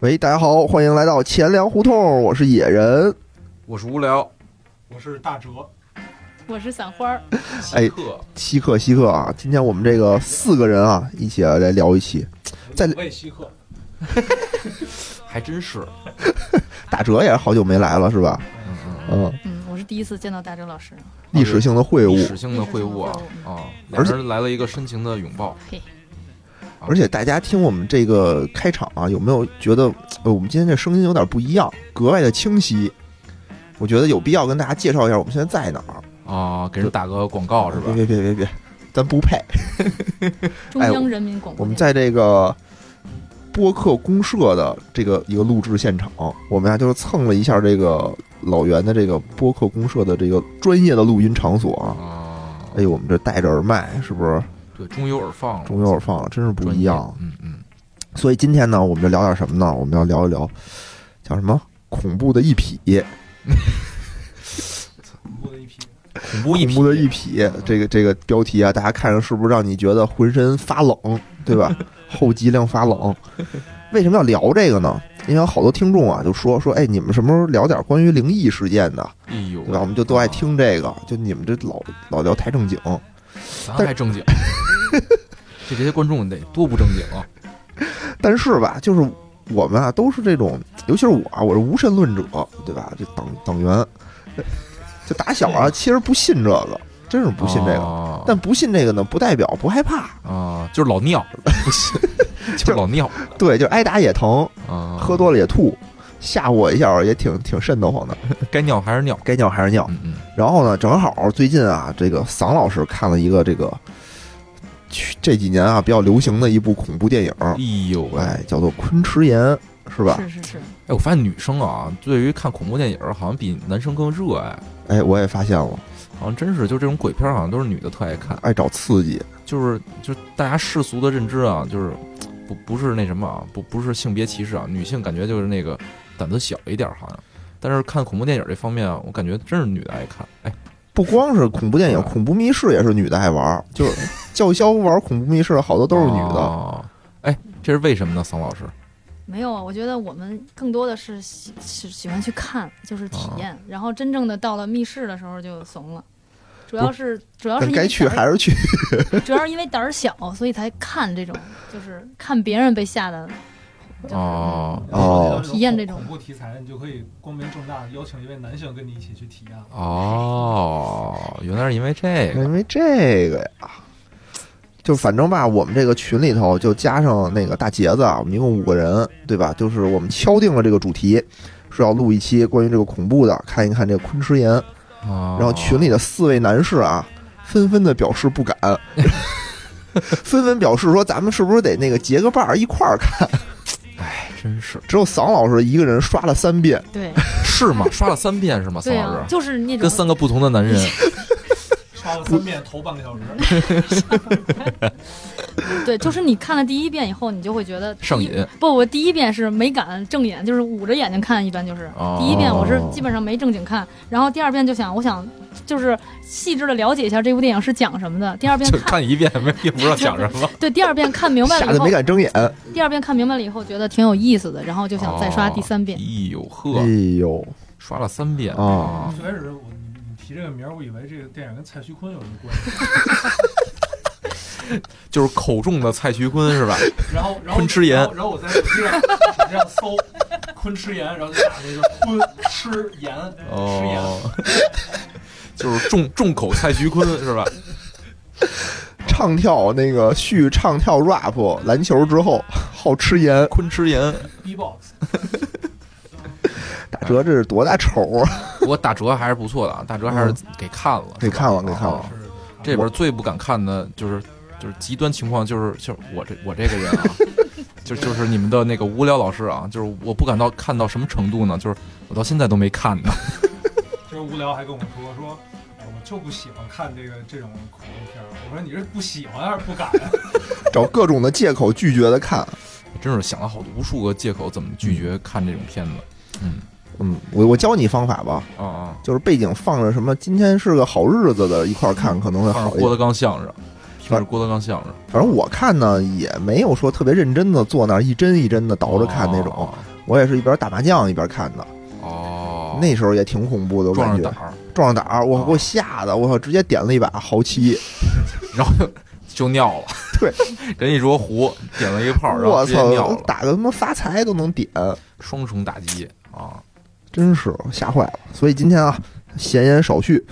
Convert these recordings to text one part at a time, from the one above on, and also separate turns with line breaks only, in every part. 喂，大家好，欢迎来到钱粮胡同，我是野人。
我是无聊，
我是大哲，
我是散花儿，
哎
稀客，
稀客，稀客啊！今天我们这个四个人啊，一起来聊一期。在
位稀客，
还真是，
大哲也是好久没来了，是吧？
嗯嗯，
嗯，
嗯，我是第一次见到大周老师，
历史性的会
历
晤，
史性的会晤啊
历史性的会
啊，
而
两
且
人来了一个深情的拥抱，
嘿，
而且大家听我们这个开场啊，有没有觉得呃，我们今天这声音有点不一样，格外的清晰？我觉得有必要跟大家介绍一下我们现在在哪儿，
啊，给人打个广告是吧？
别别别别别，咱不配。
中
哎
央人民广播电台、
我们在这个播客公社的这个一个录制现场，我们呀啊就是蹭了一下这个老袁的这个播客公社的这个专业的录音场所啊。
啊，
哎呦，我们这戴着耳麦，是不是
对，中有耳放了，
中有耳放了，真是不
专
一
业
样。，
嗯嗯，
所以今天呢，我们就聊点什么呢？我们要聊一聊叫什么恐怖的一匹，
恐怖的一批，
恐怖一
恐
匹，
怖的一匹，这个这个标题啊，大家看着是不是让你觉得浑身发冷，对吧？后脊梁发冷。为什么要聊这个呢？因为有好多听众啊，就说说，哎，你们什么时候聊点关于灵异事件的，
哎呦，
对吧？我们就都爱听这个，就你们这老老聊太正经，
啊咱
但
还正经，这这些观众得多不正经啊！
但是吧，就是我们啊，都是这种，尤其是我啊，我是无神论者，对吧？这党党员，就打小啊，其实不信这个，真是不信这个。
个
但不信这个呢，不代表不害怕，
啊，就是老 尿，不是， 就是老尿
对， 就挨打也疼，
啊，
喝多了也吐，吓我一下也挺挺瘆得慌的，
啊该尿还是尿，
该尿还是尿。
嗯嗯，
然后呢，正好最近啊，这个桑老师看了一个这个去这几年啊比较流行的一部恐怖电影，
哎呦喂，
哎，叫做《昆池岩》，是吧？
是是是，
哎，我发现女生啊，对于看恐怖电影儿好像比男生更热爱，
哎，我也发现了，
好像真是就这种鬼片，好像都是女的特爱看，
爱找刺激，
就是就是大家世俗的认知啊，就是不不是那什么啊，不不是性别歧视啊，女性感觉就是那个胆子小一点儿好像，但是看恐怖电影这方面啊，我感觉真是女的爱看，哎，
不光是恐怖电影，
啊
恐怖密室也是女的爱玩，就是叫嚣玩恐怖密室的好多都是女的。
哦哎，这是为什么呢？桑老师，
没有啊，我觉得我们更多的是喜喜喜欢去看，就是体验，
啊
然后真正的到了密室的时候就怂了。主要是主要是
但
因
该
为
去
胆儿
还是去，
主要是因为胆儿小，所以才看这种，就是看别人被吓的，就是、
哦
哦
体验这种
恐怖题材，你就可以光明正大地邀请一位男性跟你一起去体验了。
哦，原来是因为这个，
因为这个呀，就反正吧，我们这个群里头就加上那个大杰子啊，我们一共五个人，对吧？就是我们敲定了这个主题，说要录一期关于这个恐怖的，看一看这个昆池岩。
然
然后群里的四位男士啊，纷纷的表示不敢，纷纷表示说咱们是不是得那个结个伴儿一块儿看？
哎，真是
只有桑老师一个人刷了三遍，
嗯 对
是吗？刷了三遍是吗？桑
对
老
啊，
师。
就是那
跟
种
三个不同的男人，
刷了三遍，头半个小时，
对，就是你看了第一遍以后，你就会觉得第一
上瘾。
不，我第一遍是没敢正眼，就是捂着眼睛看，一般就是、
哦
第一遍我是基本上没正经看，然后第二遍就想，我想就是细致的了解一下这部电影是讲什么的。第二遍
就
看，
看一遍，没也不知道讲什 么。
对，第二遍看明 白
吓
了以
得
后
没，敢哦睁眼。哎
第二遍看明白了以后觉得挺有意思的，然后就想再刷第三遍
哎。呦呵，
嗯呦，
刷了三遍
哦！
最开始我你你提这个名儿，我以为这个电影跟蔡徐坤有什么关系，
就是口中的蔡徐坤是吧？
然 后然后
昆池岩
然后然后我在手机上手机上搜昆池岩，然后就打那个昆吃盐，吃盐，
哦， 就是重重口蔡徐坤是吧？
唱跳那个续唱跳 rap 篮球之后，好吃盐。
昆池岩，
B-box，
大哲这是多大仇啊？
不过大哲还是不错的啊，大哲还是给看了，
给
是吧
看了给看了
哦
是
这里边最不敢看的就是就是极端情况，就是就是我这我这个人啊，就就是你们的那个无聊老师啊，就是我不敢到看到什么程度呢？就是我到现在都没看呢。
就是无聊还跟我说说，哎，我就不喜欢看这个这种恐怖片儿。我说你是不喜欢还是不敢呀？
找各种的借口拒绝的看。
真是想了好多无数个借口，怎么拒绝看这种片子？嗯
嗯，我我教你方法吧，
啊啊，
就是背景放着什么“今天是个好日子”的一块儿看，可能会
放着
好一
郭
点
德。纲相声，听着郭德纲相声，
反正我看呢，也没有说特别认真的坐那儿一帧一帧的倒着看那种，
哦
我也是一边打麻将一边看的，
哦，
那时候也挺恐怖的，我
壮
感
着
觉
胆儿，
壮着胆儿，我
啊
给我吓得，我操，直接点了一把豪七，
然后就就尿了。
对，
人一说壶，点了一个泡儿，然后
我
直接
操，
尿了，
打个他妈发财都能点，
双重打击啊！
真是吓坏了。所以今天啊，闲言少叙，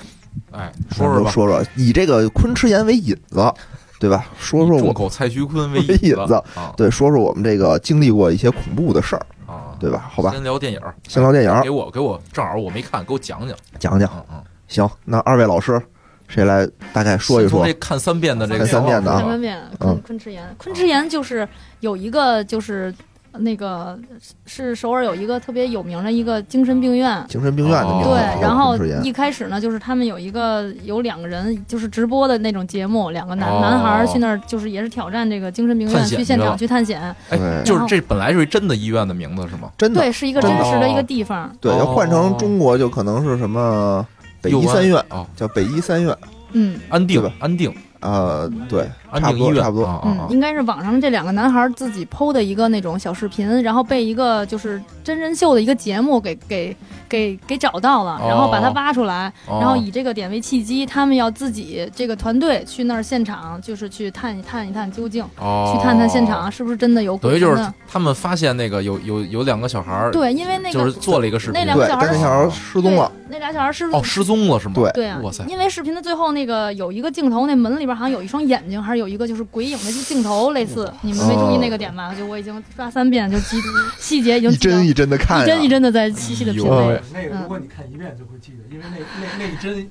哎，
咱
说
们
说
就
吧，
说说以这个昆池岩为引子，对吧？说说
众
我。
口蔡徐坤为
为引子
子啊
对，说说我们这个经历过一些恐怖的事儿，
啊，
对吧？好吧，
先聊电影儿，
先聊电影儿，
给我给我，正好我没看，给我讲讲。
讲讲。
嗯嗯，
行，那二位老师，谁来大概说一
先从
说
这？看三遍的这个
看三遍的啊
三
啊
分面
嗯
昆昆池岩，昆池岩就是有一个就是那个是首尔有一个特别有名的一个精神病院。
精神病院的名字
哦
对
好吧，
然后
昆池岩
一开始呢，就是他们有一个有两个人，就是直播的那种节目，两个男
哦
男孩儿去那儿，就是也是挑战这个精神病
探
院，
险
去现
去
场
了
去探险。
哎，
对
就是这本来是一真的医院的名字是吗？
真的
对，是一个
真
真
的
实的一
哦
个地方。
对，要换
哦
成中国就可能是什么北医三院，
啊，
叫北医三院，
嗯
安定
对吧
安定
呃，对，
安
差
定
不
医
多
院，
差不多
啊啊
嗯
啊，
应该是网上这两个男孩儿自己剖的一个那种小视频，然后被一个就是真人秀的一个节目给给给给找到了，然后把他
哦
挖出来，
哦
然后以这个点为契机，他们要自己这个团队去那儿现场，就是去探一探一探究竟，
哦
去探探现场是不是真的有鬼。
等于就
真
是
的
他们发现那个有有有两个小孩儿，
对，因为那个
就是做了一个视频，
那两
对，
个小孩
但
儿
是小孩儿失
对
踪了，，
那俩小孩儿是
哦失踪了是吗？
对
对啊
哇塞，
因为视频的最后那个有一个镜头，那门里边好像有一双眼睛，还是有一个就是鬼影的镜头，类似你们没注
啊
意那个点吧？就我已经刷三遍，就记细节已经
一
记到
帧一帧的看呀，
一帧一帧的在细细的品
哎呦
味
啊喂。
那个
嗯
如果你看一遍就会记得，因为那那那一帧，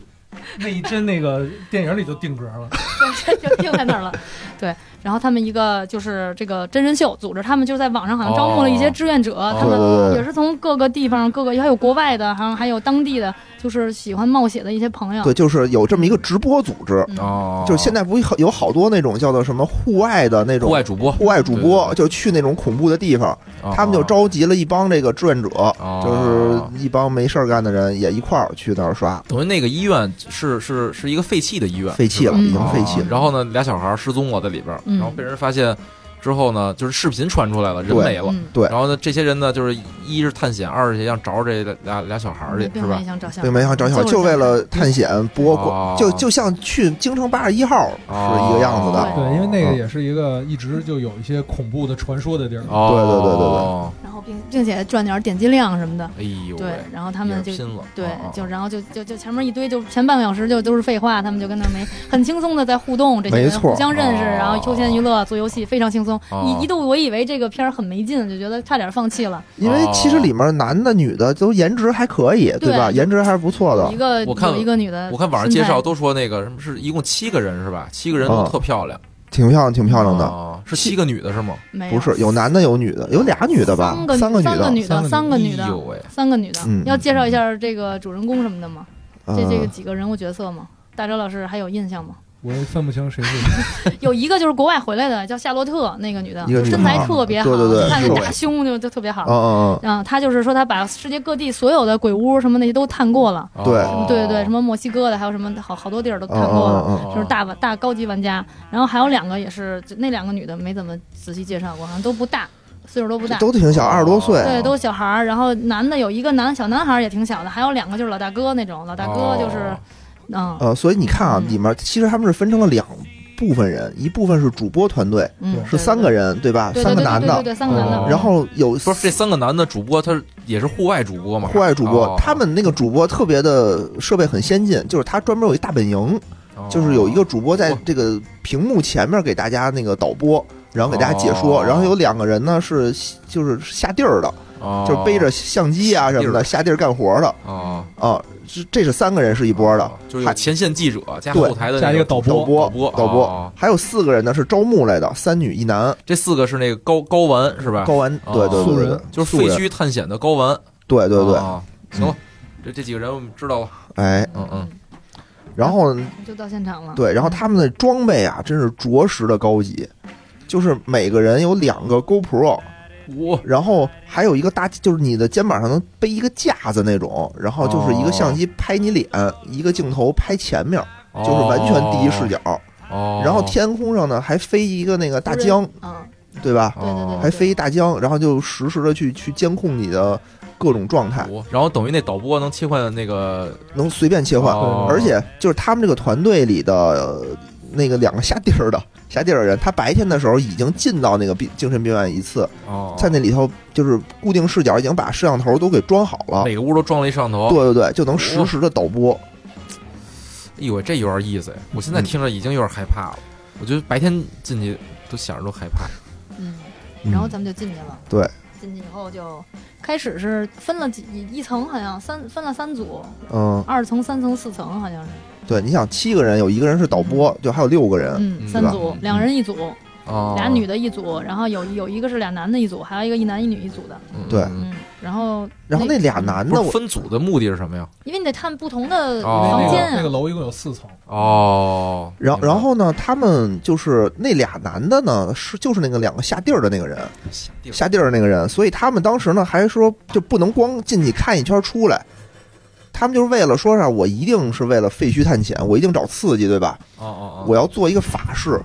那一帧那个电影里就定格了。
对，就定在那儿了。对，然后他们一个就是这个真人秀组织，他们就在网上好像招募了一
哦
些志愿者，他
对
们
对
也
对。
是从各个地方、各个还有国外的，还有还有当地的，就是喜欢冒险的一些朋友。
啊对，就是有这么一个直播组织，
嗯
哦，
就是现在不有好多那种叫做什么户外的那
户
种
外主播，
户外主
对啊
播，就去那种恐怖的地方，他们就召集了一帮这个志愿者，
哦
就是一帮没事儿干的人也一块儿去那儿刷，
等于那个医院是是是一个废弃的医院，
废弃了，
嗯
已经废弃
啊
了。
然后呢，俩小孩儿失踪了在里边儿，
嗯
然后被人发现之后呢，就是视频传出来了，人
对
没了。
嗯，
对
然后呢，这些人呢，就是一是探险，二是想找着这俩俩小孩儿去，
并
是吧
没？想找相
并没想找小孩，
就是
就为了探险播
哦
过，就就像去京城八十一号是一个样子的。
哦
对，因为那个也是一个一直就有一些恐怖的传说的地儿。
哦，
然后并并且赚点点击量什么的。
对对对，哎呦
对
喂，，
然后他们
也
就是
拼了，
对
啊，
就然后就就就前面一堆，就前半个小时就都是废话，他们就跟那儿没很轻松的在互动，这些
没
人
错
互相认识，
哦
然后休闲娱乐、做游戏，非常轻松。
哦
一一度我以为这个片儿很没劲，就觉得差点放弃了。
因为其实里面男的女的都颜值还可以，对吧？
对
颜值还是不错的
一。个
我看
有一个女的，
我看网上介绍，都说那个什么是一共七个人是吧？七个人都
嗯
特漂亮，
挺漂亮，挺漂亮的。
哦，是七个女的是吗？
没有
不是有男的有女的，有俩女的吧
三个？
三个女
三个
的，
女的，三个女
哎呦
的，
喂，
三个女的
嗯，
要介绍一下这个主人公什么的吗？这这个
嗯，
几个人物角色吗？大周老师还有印象吗？
我也分不清谁是谁。
有一个就是国外回来的，叫夏洛特，那个女的，
一个
就
女
身
孩
材
儿
特别好，
对对对
看
是
着
我
大胸就就特别好。
嗯嗯
嗯，他就是说他把世界各地所有的鬼屋什么那些都探过了，
对
哦
对对对，什么墨西哥的，还有什么好好多地儿都
嗯
探过了，
嗯嗯
就是
啊
大玩大高级玩家。然后还有两个也是，就那两个女的没怎么仔细介绍过，好像都不大，岁数都不
嗯，
大。
都挺小，二十多岁。
对，都是小孩儿，然后男的有一个男小男孩儿也挺小的，还有两个就是老大哥那种，老大
啊
哥就是，嗯
呃，所以你看啊，
嗯
里面其实他们是分成了两部分人，一部分是主播团队，
嗯，
是三个人对吧？
对，对
三个
对对
男
对对
的，
对，三个男的
哦，
然后有
不是这三个男的主播，他也是户外主播嘛？
户外主播
哦，
他们那个主播特别的设备很先进，就是他专门有一大本营，
哦
就是有一个主播在
哇
这个屏幕前面给大家那个导播，然后给大家解说，
哦
然后有两个人呢是就是下地儿的，
哦
就是背着相机啊什么的下地儿干活的
哦
啊，这这是三个人是一
一
波的，，
就是有前线记者加后台的
加
那
一个导
导播
导
播，
播
导播
哦，
还有四个人呢是招募来的，三女一男，
这四个是那个高高玩是吧
高？完
哦
对对
素
对
人
对，
就是
素
废
人
墟探险的高玩。
对对对，
哦行了，这这几个人我们知道了。
哎，
嗯嗯，
然后
就到现场了，嗯
对，然后他们的装备啊，真是着实的高级，就是每个人有两个 GoPro，
我
然后还有一个大，就是你的肩膀上能背一个架子那种，然后就是一
哦
个相机拍你脸，一个镜头拍前面，就是完全第一视。角。
哦，
然后天空上呢还飞一个那个大疆，
嗯，
对吧？
对对对
还
哦，
飞一大疆，然后就实时的去去监控你的各种状态，
我然后等于那导播能切换那个
能随便切换。
哦
而且就是他们这个团队里的呃那个两个下地儿的 下地儿的人，他白天的时候已经进到那个病精神病院一次，
哦，
在那里头就是固定视角已经把摄像头都给装好了，
哦每个哦屋都装了一摄像头。
对对对，就能实时的导播。
哎呦喂，这有点意思哎！我现在
嗯
听着已经有点害怕了。我觉得白天进去都想着都害怕。
嗯，然后咱们就进去了。
对，
进去以后就开始是分了几一层，好像三分了三组，
嗯，
二层、三层、四层，好像是，
对，你想七个人有一个人是导播，就还有六个人，
嗯，
嗯
三
呃对吧
组
嗯，
两人一组，
哦，
俩女的一组，然后有有一个是俩男的一组，还有一个一男一女一组的，
嗯，
对
嗯
嗯，然后
然后那俩男
不
的
是
我
分组的目的是什么呀？
因为你得看不同的
哦
房间
那个
啊，
楼一共有四层，
哦，
然
明白
然后呢，他们就是那俩男的呢，是就是那个两个下地儿的那个人，下地儿的那个人，所以他们当时呢还说就不能光进去看一圈出来，他们就是为了说啥，我一定是为了废墟探险，我一定找刺激，对吧？
哦哦哦，
我要做一个法事，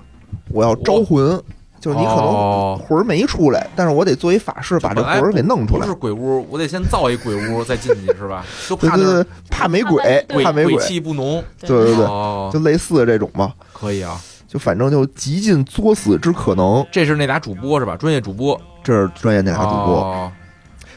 我要招魂，就是你可能
哦
魂儿没出来，但是我得做一法事把这
本来
魂儿给弄出
不
来
是。鬼屋，我得先造一鬼屋再进去是 吧？就
对
怕
对
那
对
儿，
怕没鬼，
对
鬼
怕没鬼
鬼，气不浓。
对对对，
哦，
就类似这种嘛，
可以啊，
就反正就极尽作死之可能。
这是那俩主播是吧？专业主播，
这是专业那
那
俩主播。
哦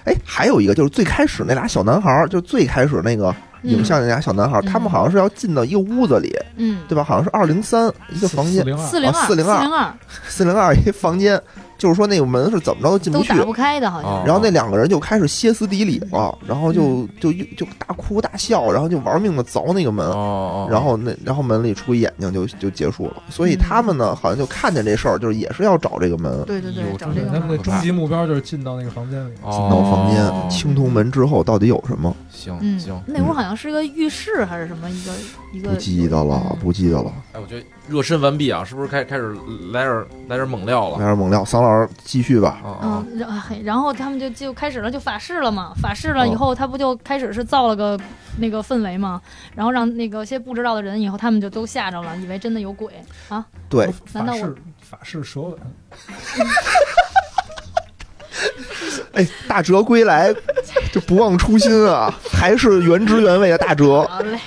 哎，还有一个就是最开始那俩小男孩儿，就最开始那个影像那俩小男孩儿，
嗯
他们好像是要进到一个屋子里，
嗯，
对吧？好像是二零三一个房间，
零二
四零
哦
二，
402
零二
四零二一房间，就是说那个门是怎么着都进不
都
去。
打不开的，好像
哦
然后那两个人就开始歇斯底里了，然后
嗯
就就就大哭大笑，然后就玩命的凿那个门
哦，哦，
然后那然后门里出一眼睛就就结束了。所以他们呢，好像就看见这事儿，就是也是要找这个门。
嗯对对对，
有
找
这
这
对，
个
他们的
门
可
终
怕
极目标就是进到那个房间里。
哦
进到房
哦
间，啊青铜门之后到底有什么？
行
嗯
行，，
那屋好像是一个浴室还是什么一个一个
不记得了，不记得了。
哎，我觉得热身完毕啊，是不是开开始来点来点猛料
来
了？
点猛料，桑老师继续吧。
啊啊，
嗯，然后然后他们就就开始了，就法事了嘛。法事
嗯
了以后，他不就开始是造了个那个氛围嘛，然后让那个些不知道的人以后他们就都吓着了，以为真的有鬼啊。
对，
难道
法
我嗯
式法式舌吻，
哎，大哲归来，就不忘初心啊，还是原汁原味的大哲，
好嘞，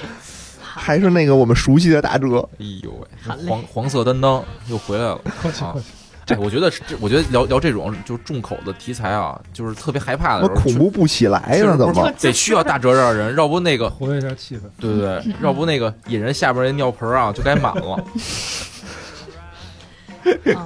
还是那个我们熟悉的大哲。
哎呦喂
好，嘞
黄黄色担当又回来了。
客气
啊
客气。
哎，我觉得是这，我觉得聊聊这种就是重口的题材啊，就是特别害怕的
我
时候，
恐怖不起来呢，怎么？
得需要大折让人，要不那个，
活跃一下气氛，
对对对， 要不那个引人下边那尿盆啊就该满 了。
啊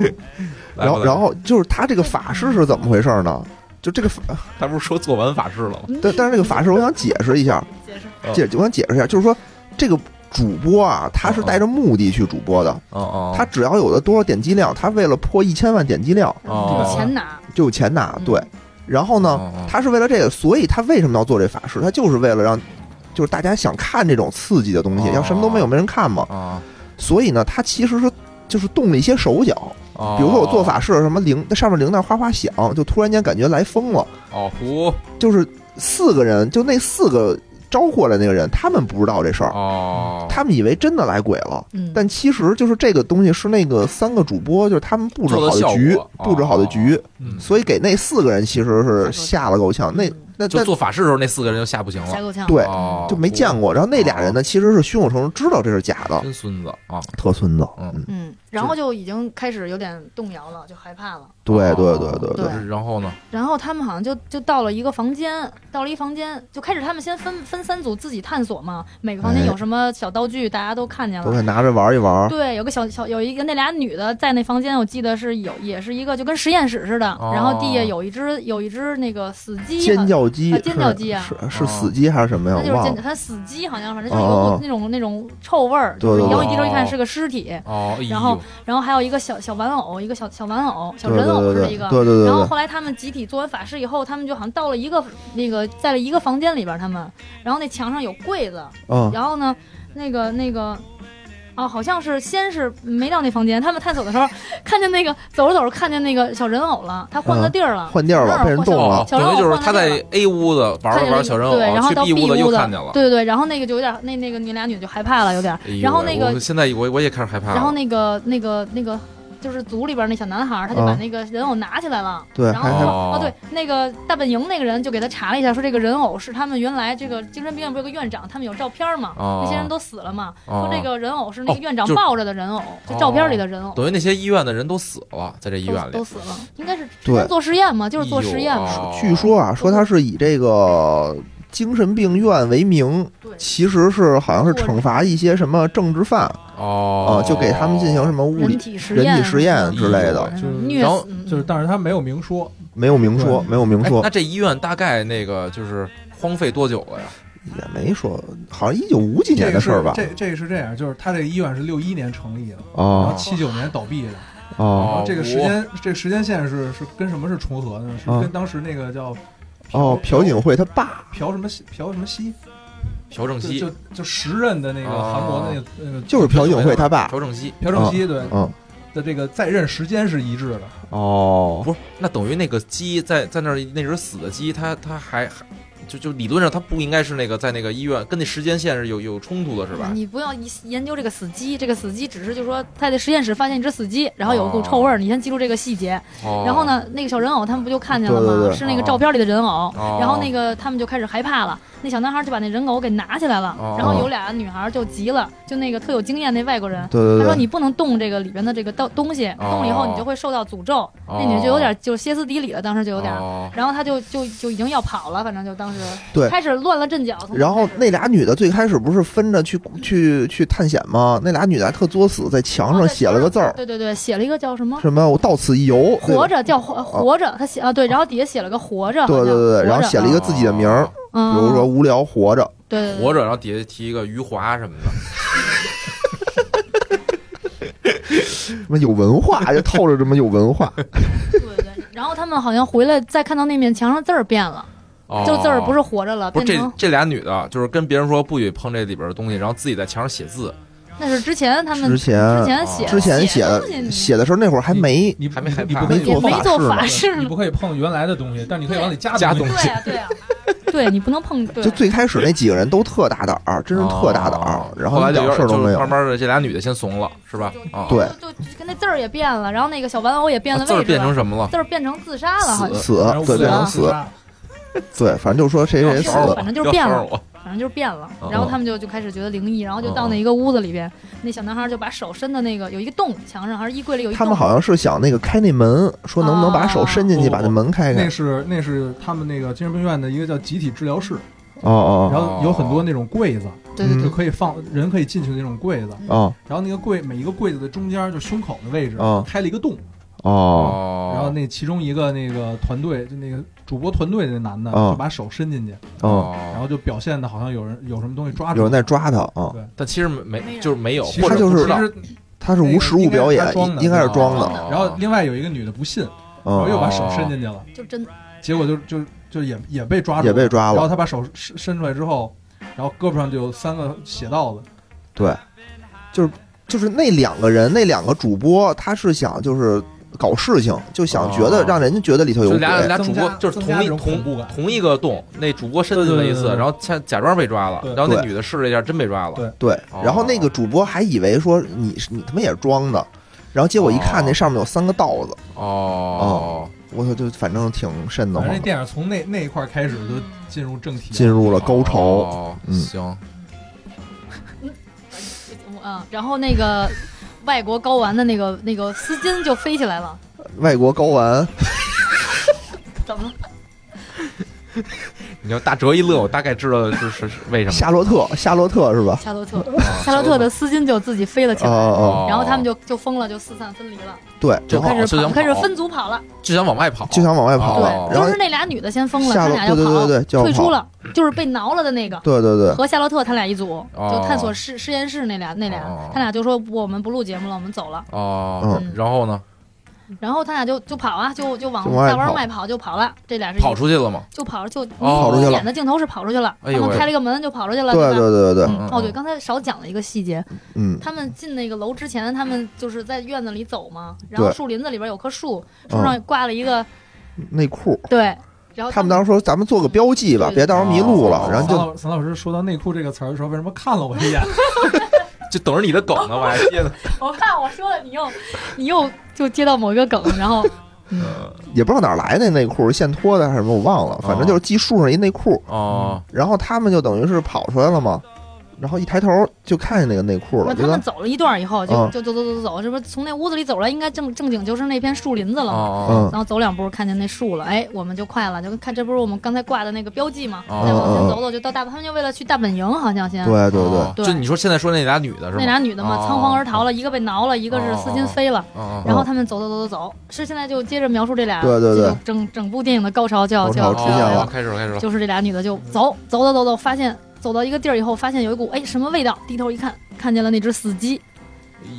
来吧
然后，
来吧
然后就是他这个法事是怎么回事呢？就这个法，
他不是说做完法事了吗？
但但是这个法事，我想解释一下，
嗯解释
解我想解释一下，就是说这个主播啊，他是带着目的去主播的，
哦哦，
他只要有了多少点击量，他为了破一千万点击量
哦
有嗯钱拿，
就有钱拿。
嗯
对，然后呢，
哦，
他是为了这个，所以他为什么要做这法事？他就是为了让，就是大家想看这种刺激的东西，
哦
要什么都没有没人看嘛。
啊，
所以呢，他其实是就是动了一些手脚，
哦
比如说我做法事，什么铃那上面铃铛哗哗响，就突然间感觉来风了。
哦胡
就是四个人，就那四个招过来那个人，他们不知道这事儿，
哦，
他们以为真的来鬼了。
嗯，
但其实就是这个东西是那个三个主播，就是他们布置好
做的效
局
果，哦哦
布置好的局，
嗯
所以给那四个人其实是吓了够呛。那那
就
那
做法事的时候那四个人就吓不行
嗯吓
了，
够呛，嗯
对
哦
就没见过。然后那俩人呢，其实是胸有成竹，知道这是假的，
真孙子啊，
特孙子。
嗯
嗯，
嗯，然后就已经开始有点动摇了，就害怕了。
对哎对对
哦
对
对
然后呢？
然后他们好像就就到了一个房间，到了一房间就开始他们先分分三组自己探索嘛，每个房间
哎
有什么小道具，大家都看见
都
了。
快拿着玩一玩。
对，有个小小有一个那俩女的在那房间，我记得是有也是一个就跟实验室似的，
哦
然后地下有一只有一只那个死鸡，
尖叫鸡
啊
是，
尖叫鸡啊
是是死鸡还是什么呀？我
那就是
忘
尖
了。
它死鸡好像反正就
哦哦
有
哦
股那种那种臭味儿，
对
就是
对
你
对
往一低头一看
哦
是个尸体，
哦，哎呦
然后然后还有一个小小玩偶，一个小小玩偶小
对对
人偶
对
似的
对
一个。
对对对
然后
对，
后来他们集体做完法事以后，他们就好像到了一个那个在了一个房间里边，他们，然后那墙上有柜子，
嗯，
然后呢，那个那个，哦，好像是先是没到那房间，他们探索的时候看见那个走着走着看见那个小人偶了，他换个地儿了，
换地儿了，被人动了
哦，。
小人
等于
偶
就是
换
他
了地儿
在 A 屋子玩
看
了
见了
玩小人
对，然
偶，
后
去
到
B 屋
B
子又
屋
看见了。
对对对，然后那个就有点那那个女俩女就害怕了有点，
哎呦
然后
喂
那个
啊
我现在我我也开始害怕了。
然后那个那个那个就是组里边那小男孩儿，他就把
啊
那个人偶拿起来了。
对，
然
还
后
还
哦，
哦
对，那个大本营那个人就给他查了一下，说这个人偶是他们原来这个精神病院不是有个院长，他们有照片嘛，
哦
那些人都死了嘛，
哦
说这个人偶是那
哦
个院长
就是哦
抱着的人偶，就照片里的人偶，
等于那些医院的人都死了，在这医
都
院里
都。死了，应该是
对
他们做实验嘛，就是做实验
哎呦
嘛，
哦
据说啊，说他是以这个精神病院为名，
对，
其实是好像是惩罚一些什么政治犯啊
哦，，
就给他们进行什么物
人
理
体实
人
验，
体实验之类的，
嗯
就是
虐
然后
死，嗯
就是，但是他没有明说，
没有明说，
对
没有明
哎
说
那，这医院大概那个就是荒废多久了呀？
也没说，好像一九五几年
这
的
个
事儿
是
吧？
这这个是这样，就是他这个医院是六一年成立的，然后
哦
七九年倒闭的，然
哦
后这个时间这个时间线是是跟什么是重合的呢？是
啊
跟当时那个叫
哦，朴槿惠他爸
朴什么熙朴什么熙，
朴正熙
就就就时任的那个
啊
韩国的那个那个呃
就是朴槿惠他爸，
朴正熙
朴正熙对
嗯，
的这个在任时间是一致的，
哦，
不是，那等于那个鸡在在那儿那只死的鸡，它它还还就就理论上它不应该是那个在那个医院跟那时间线是有有冲突的是吧？
啊你不要一研究这个死鸡，这个死鸡只是就说他在实验室发现一只死鸡，然后有一股臭味儿，
哦
你先记住这个细节。
哦
然后？呢，那个小人偶他们不就看见了吗？
对对对
是那个照片里的人偶。
哦
然后那个他们就开始害怕了，那小男孩就把那人偶给拿起来了。
哦
然后有俩女孩就急了，就那个特有经验那外国人，
对对
他说
对，
你不能动这个里边的这个东东西，
哦
动了以后你就会受到诅咒。
哦
那女的就有点就歇斯底里了，当时就有点。
哦
然后他就就就已经要跑了，反正就当时
对
开始乱了阵脚。从
然后
开始
那俩女的最开始不是分着去去去探险吗？那俩女的还特作死，在墙上写了个字儿，
对对对，写了一个叫什么？
什么我到此一游，对
哦活着叫活活着，他写啊对，然后底下写了个活着，
对
好
对
像
对对，
活着
然后写了一个自己的名儿，比
嗯，
如说
嗯
无聊活着，
对对对
活着，然后底下提一个余华什么的，
什么有文化，就透着什么有文化，
对对对。然后他们好像回来再看到那面墙上字儿变了，
哦
就字儿不是活着了，
不是
变
这
成
这俩女的，就是跟别人说不许碰这里边的东西，然后自己在墙上写字，
那是之前他们
之前嗯
之前写
之前写的
的东西你
写的时候那会儿还没
你
还没害怕
你不可
没
以
做
也
法
没做
事嘛
法事
你
呢
不，可以碰原来的东西，但是你可以往里加
加
东
东
对
西。
呀对呀， 对你不能碰，嗯对
就最开始那几个人都特大胆儿，真是特大胆儿
哦，
然后
后来
一
就
点
有
事儿
点
都
就
没
是
有
慢。慢的这俩女的先怂了，是吧？啊，
对
就就跟那字儿也变了，然后那个小玩偶也变了
字儿
位置
变成
了，
什么了？
字儿变成自杀了，好像啊
死
然后啊
对
无
变
聊
成
自
死
杀
对，反正就说谁谁
是
死
反
了
正就是变了
不要烧
反正就是变了
哦，
然后他们就就开始觉得灵异，然后就到
哦
那一个屋子里边，那小男孩就把手伸到那个有一个洞，墙上还是衣柜里有一
他
洞，
们好像是想那个开那门，说能不能把手伸进去
哦
把那门开开
那。是那是他们那个精神病院的一个叫集体治疗室，
哦哦
然后有很多那种柜子，
对对
嗯
就
对，
可以放人可以进去的那种柜子。
哦
然后那个柜每一个柜子的中间，就胸口的位置
啊
开了一个洞，
哦
哦，
然后那其中一个那个团队就那个主播团队的那男的
啊
就把手伸进去，
哦，
然后就表现的好像有人有什么东西抓住，
有人在抓他啊，
但其实没
没
没
有
就是没有，
其实
或者
他就
不
是
知道
其实
他是无实物表演
那个应该是他装，
应该是装的。
的
的
哦
然后另外有一个女的不信，然后
嗯，
又把手伸进去了，
就真
结果就就就也也被抓住，
也被抓
然后
了。
他把手伸伸出来之后，然后胳膊上就有三个血道子，
对，就是就是那两个人，那两个主播，他是想就是搞事情，就想觉得
哦
让人家觉得里头有
就
鬼。
俩俩主
增
播
加
就是
增
同
加
一
这种恐怖
同
感
同一个洞，那主播伸进了一
对对
次，
对对对
然后假假装被抓了
对，
然后那
对
女的试了一下，真被抓了
对。
对，
哦
然后那个主播还以为说你是你他妈也是装的，然后结果一看
哦
那上面有三个道子，
哦，
我操，就反正挺瘆得
反
慌
正这，电影从那那一块开始就进入正题了，
进入了高潮。
哦
嗯
行，
嗯，然后那个外国睾丸的那个那个丝巾就飞起来了，
外国睾丸，
怎么了？
你要大哲一乐，我大概知道是是是为什么。哦
夏洛特，夏洛特是吧？
夏洛特，
啊
夏洛特的丝巾就自己飞了起
哦
来，
哦，
哦
然后他们就就疯了，就四散分离了，
对，
就
然后
开始
就想哦
跑，
跑
开始分组跑了，
就想往外跑，
就想往外跑了
哦，
对，
然
都
后
是那俩女的先疯了，
夏
他
洛
俩就
对对对对就要
退出
跑
了，就是被挠了的那个。
对对对，
和夏洛特他俩一组，
哦
就探索实实验室那俩那俩
哦，
他俩就说我们不录节目了，我们走了。
哦
嗯，
然后呢，
然后他俩就就跑啊，就就往
就往外
大弯
跑
外跑，就跑了。这俩是
跑出去了吗？
就跑就
跑
出去了
演的镜头是跑出去了，
哎
他
呦
们
喂
开了一个门就跑出去了，
对
吧？
对对对，
嗯
哦，对，刚才少讲了一个细节，
嗯，
他们进那个楼之前，他们就是在院子里走嘛，然后
对
树林子里边有棵树，
嗯
树上挂了一个
内裤。
对，然后
他们当时说咱们做个标记吧，
对
别到时候迷路
哦
了，然后
桑
就
老桑老师说到内裤这个词儿的时候，为什么看了我一眼？
就等着你的梗呢，我还接呢。
我看哦我说了，你又你又就接到某一个梗，然后
嗯
也不知道哪儿来的内裤，是现脱的还是什么，我忘了，反正就是系树上一内裤。
哦，
然后他们就等于是跑出来了嘛，然后一抬头就看见那个内裤
哦
了，
他
觉
们
得
走了一段以后，就
嗯
就走走走走，这不是从那屋子里走出来，应该正正经就是那片树林子了嘛。
哦
嗯
然后走两步看见那树了，哎，我们就快了，就看这不是我们刚才挂的那个标记吗？
哦
再往前走走就到大，他们就为了去大本营，好像先
嗯对对对，
哦就你说现在说那俩女的是吗？
那俩女的嘛，
哦
仓皇而逃
嗯
了，一个被挠了，一个是丝巾飞了。
哦
然后他们走走走走走，是现在就接着描述这俩，
对对对
就整整部电影的高潮就要
高
就
潮
哦，
要哎
出现了
哦开始了，开始了。
就是这俩女的就走走走走走，发现走到一个地儿以后，发现有一股哎什么味道，低头一看，看见了那只死鸡。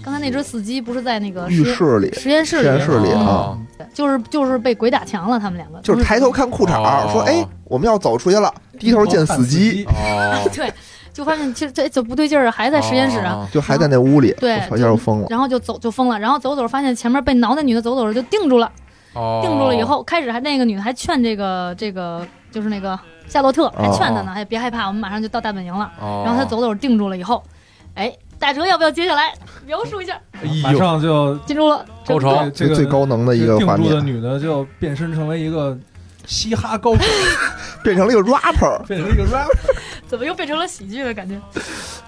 刚才那只死鸡不是在那个
浴
实验
室里
哦
实验室
实验室里
嗯
啊，
就是就是被鬼打墙了，他们两个
就是抬头看裤
哦
衩，说哎，我们要走出去了，低头见死鸡，，
哦，
对，就发现其实这这不对劲儿，还在实验室啊。
哦，
就还在那屋里，
对
我操一下就疯了。
然后就走就疯了，然后走走发现前面被挠那女的走走着就定住了，
哦
定住了以，后，开始还那个女的还劝这个这个就是那个夏洛特还劝
哦
她呢，哎别害怕，我们马上就到大本营了。
然
然后她，走走着定住了以后，哎，大哲要不要接下来描述一下？
哎
马
呦，
上就
进入了
高
这
潮
对这个
最高能的一
这
个
定
画
住的
面，
女的就变身成为一个嘻哈高手，
变成了一个 rapper，
变成一个 rapper，
怎么又变成了喜剧的感觉？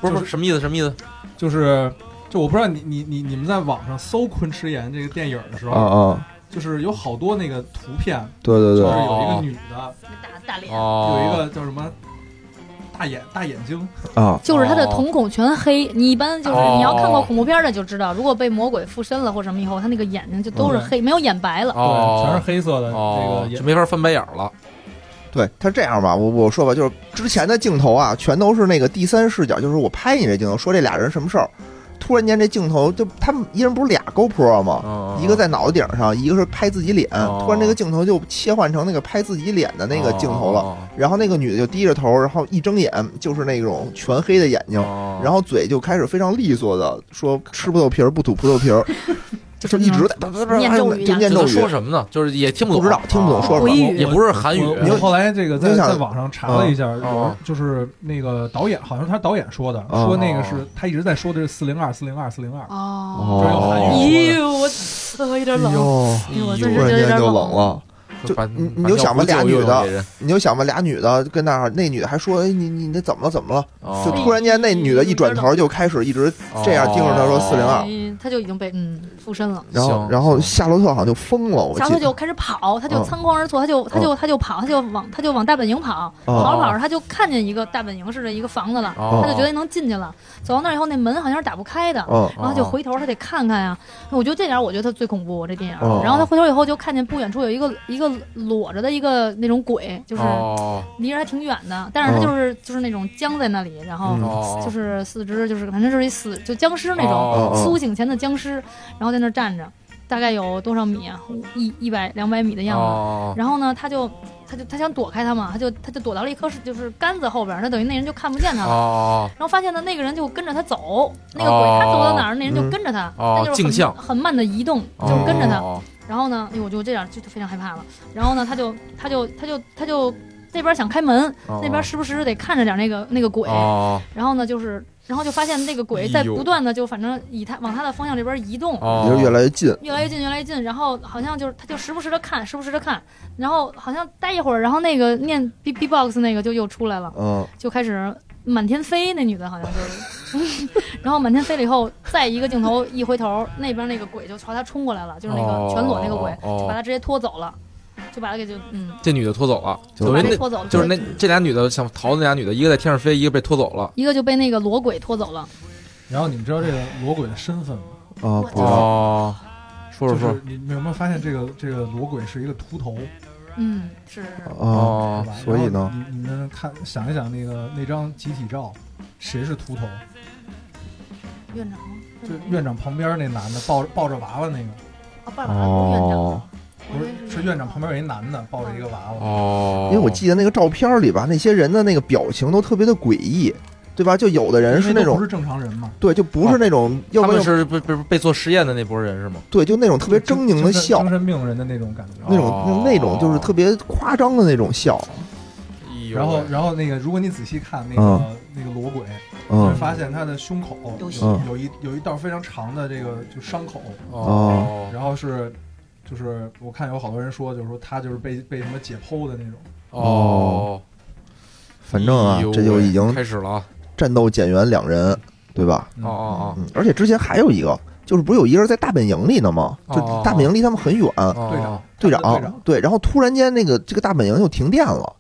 不是不是什么意思？什么意思？
就是。就我不知道你你你你们在网上搜《昆池岩》这个电影的时
啊
候，
啊，
就是有好多那个图片，
对对啊
就是
对
有一
哦
个女的，
大大脸，
哦，
有一个叫什么大眼大眼睛，
啊，
就是他的瞳孔全黑。你一般就是
哦
你要看过恐怖片的就知道，如果被魔鬼附身了或什么以后，他那个眼睛就都是黑，没有眼白
啊
了。
哦，
对，全是黑色的这
哦
个，
就
眼，
没法翻白眼儿了。
对他这样吧，我我说吧，就是之前的镜头啊，全都是那个第三视角，就是我拍你这镜头，说这俩人什么事儿，突然间这镜头就他们一人不是俩 GoPro 吗？
啊
嗯
一个在脑袋顶上，一个是拍自己脸，
哦
突然这个镜头就切换成那个拍自己脸的那个镜头
哦
啊
了。，然后那个女的就低着头，然后一睁眼就是那种全黑的眼睛，
啊
然
然后嘴就开始非常利索的说吃不透皮儿不吐葡萄皮 儿，就一直在
念咒语啊
就念咒
就
语，
说什么呢？就是也听不
不
懂，哦
知道听不懂说什
回
么。
忆
也不是韩语，
我
你
我后来这个在
你想啊
在网上查了一下，有
哦
人就是那个导演，好像是他导演说的，
哦
说那个是他一直在说的是四零二四零二四零二，
哦，
这是用韩
哦，
语说的。
咦，我我有点
哎
冷，
呦
哎呦我
哎
真
呦
突然
是觉得有
间
点
就冷。了。就
把
你
把
你就想吧
尿
俩
布
女
救
的
给人
你就想吧，俩女的跟那儿，那女的还说：“哎，你你那怎么了？怎么了？”
哦
就突然间，那女的一转头就开始一直，这样盯着他说402
哎他就已经被嗯附身了。
然后
行
然后
行
夏洛特好像就疯了，我
然后
记
他
得
就开始跑，他就
嗯
仓皇而出，他就他就他就跑，他就往他就往大本营跑，
哦
跑着跑着他就看见一个大本营似的一个房子了，
哦
他就觉得能进去了。走到那儿以后，那门好像是打不开的，
嗯
然后
哦
就回头，他得看看呀。我觉得这点儿我觉得他最恐怖这电影儿。
哦
然后他回头以后就看见不远处有一个一个裸着的一个那种鬼，就是
哦
离着还挺远的，但是他就是就是那种僵在那里，然后
嗯
哦，
就是四肢就是反正就是一死就僵尸那种
哦
哦
苏醒前的僵尸，然后在那儿站着，大概有多少米啊？一一百两百米的样子。
哦
然后呢，他就他就他想躲开他嘛，他就他就躲到了一棵就是杆子后边儿，他等于那人就看不见他了。
哦
然后发现呢，那个人就跟着他走，那个鬼他走到哪儿，那人就跟着他，
哦
他就是
镜
很
像
很慢的移动，
哦，
就是跟着他。
哦
然后呢，哎呦，我就这样就就非常害怕了。然后呢，他就他就他就他就那边想开门，那边时不时得看着点那个那个鬼。
哦
然后呢，就是然后就发现那个鬼在
哎呦
不断的就反正以他往他的方向这边移动。
哦，
嗯也就越来越近，
越来越近，越来越近，然后好像就是他就时不时的看，时不时的看，然后好像待一会儿，然后那个念 B B box 那个就又出来了，
嗯，
就开始满天飞，那女的好像就是， 然后满天飞了以后，再一个镜头一回头，那边那个鬼就朝他冲过来了，就是那
哦
个全裸那个鬼，
哦
就把他直接拖走了，就把他给就嗯，
这女的拖走了，
就
就
等
把
于
他
那
拖走了，
就是那这俩女的想逃的那俩女的，一个在天上飞，一个被拖走了。
一个就被那个裸鬼拖走了，
然后你们知道这个裸鬼的身份吗？
啊，
我
不知道，
哦，说
就
说
是
说
你你有没有发现这个这个裸鬼是一个秃头，
嗯，是是是，
啊，
是
哦
吧
所以呢，
然后你你们看想一想那个那张集体照，谁是秃头？
院长吗？
就院长旁边那男的抱着抱着娃娃那个，
啊，爸爸不是院长
哦
吗，我
不
以为
是是院长旁边有一男的抱着一个娃
啊
娃，
哦，
因为我记得那个照片里吧，那些人的那个表情都特别的诡异，对吧？就有的人是
因为
那
都
种
不是正常人嘛？
对，就不是那种，要
他
不
们
然
是被被被做实验的那波人是吗？
对，就那种特别狰狞的
精神
笑
精，神病人的那种感觉。
那种那种就是特别夸张的那种笑，
哎呦喂
然后，然后那个，如果你仔细看那个那个裸鬼，
嗯
发现他的胸口
有血
嗯
有一有一道非常长的这个就伤口，
哦
然后是就是我看有好多人说，就是说他就是被被什么解剖的那种。
哦
哦，
反正啊
哎呦，
这就
喂
已经
开始了啊，
战斗减员两人，对吧？
哦哦
嗯，而且之前还有一个，就是不是有一个人在大本营里呢吗？就
哦
大本营离他们很远，
哦，
队
哦
队
长，他嗯们的队
长对，然后突然间那个这个大本营又停电了，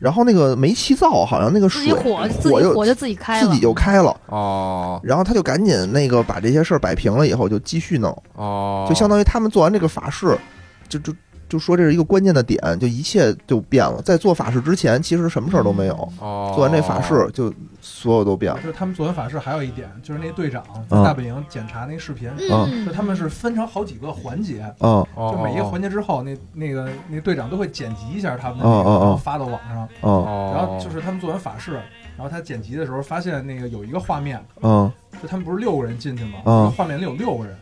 然后那个煤气灶好像那个
自
水
己火自己
又
火就自己开了，
自己就开了，
哦
然后他就赶紧那个把这些事儿摆平了以后就继续弄，
哦，
就相
当
当于他们做完这个法事，就就就说这是一个关键的点，就一切就变了。在做法事之前，其实什么事儿都没有，
哦，
做完这法事就所有都变了
就。是他们做完法事还有一点，就是那队长
嗯
在大本营检查那视频，
嗯
就，他们是分成好几个环节，
嗯
哦，
就每一个环节之后，那那个那队长都会剪辑一下他们的那个，
哦哦哦
然后发到网上。
嗯
哦，
然后就是他们做完法事，然后他剪辑的时候发现那个有一个画面，
嗯
就他们不是六个人进去吗？
嗯
那画面里有六个人，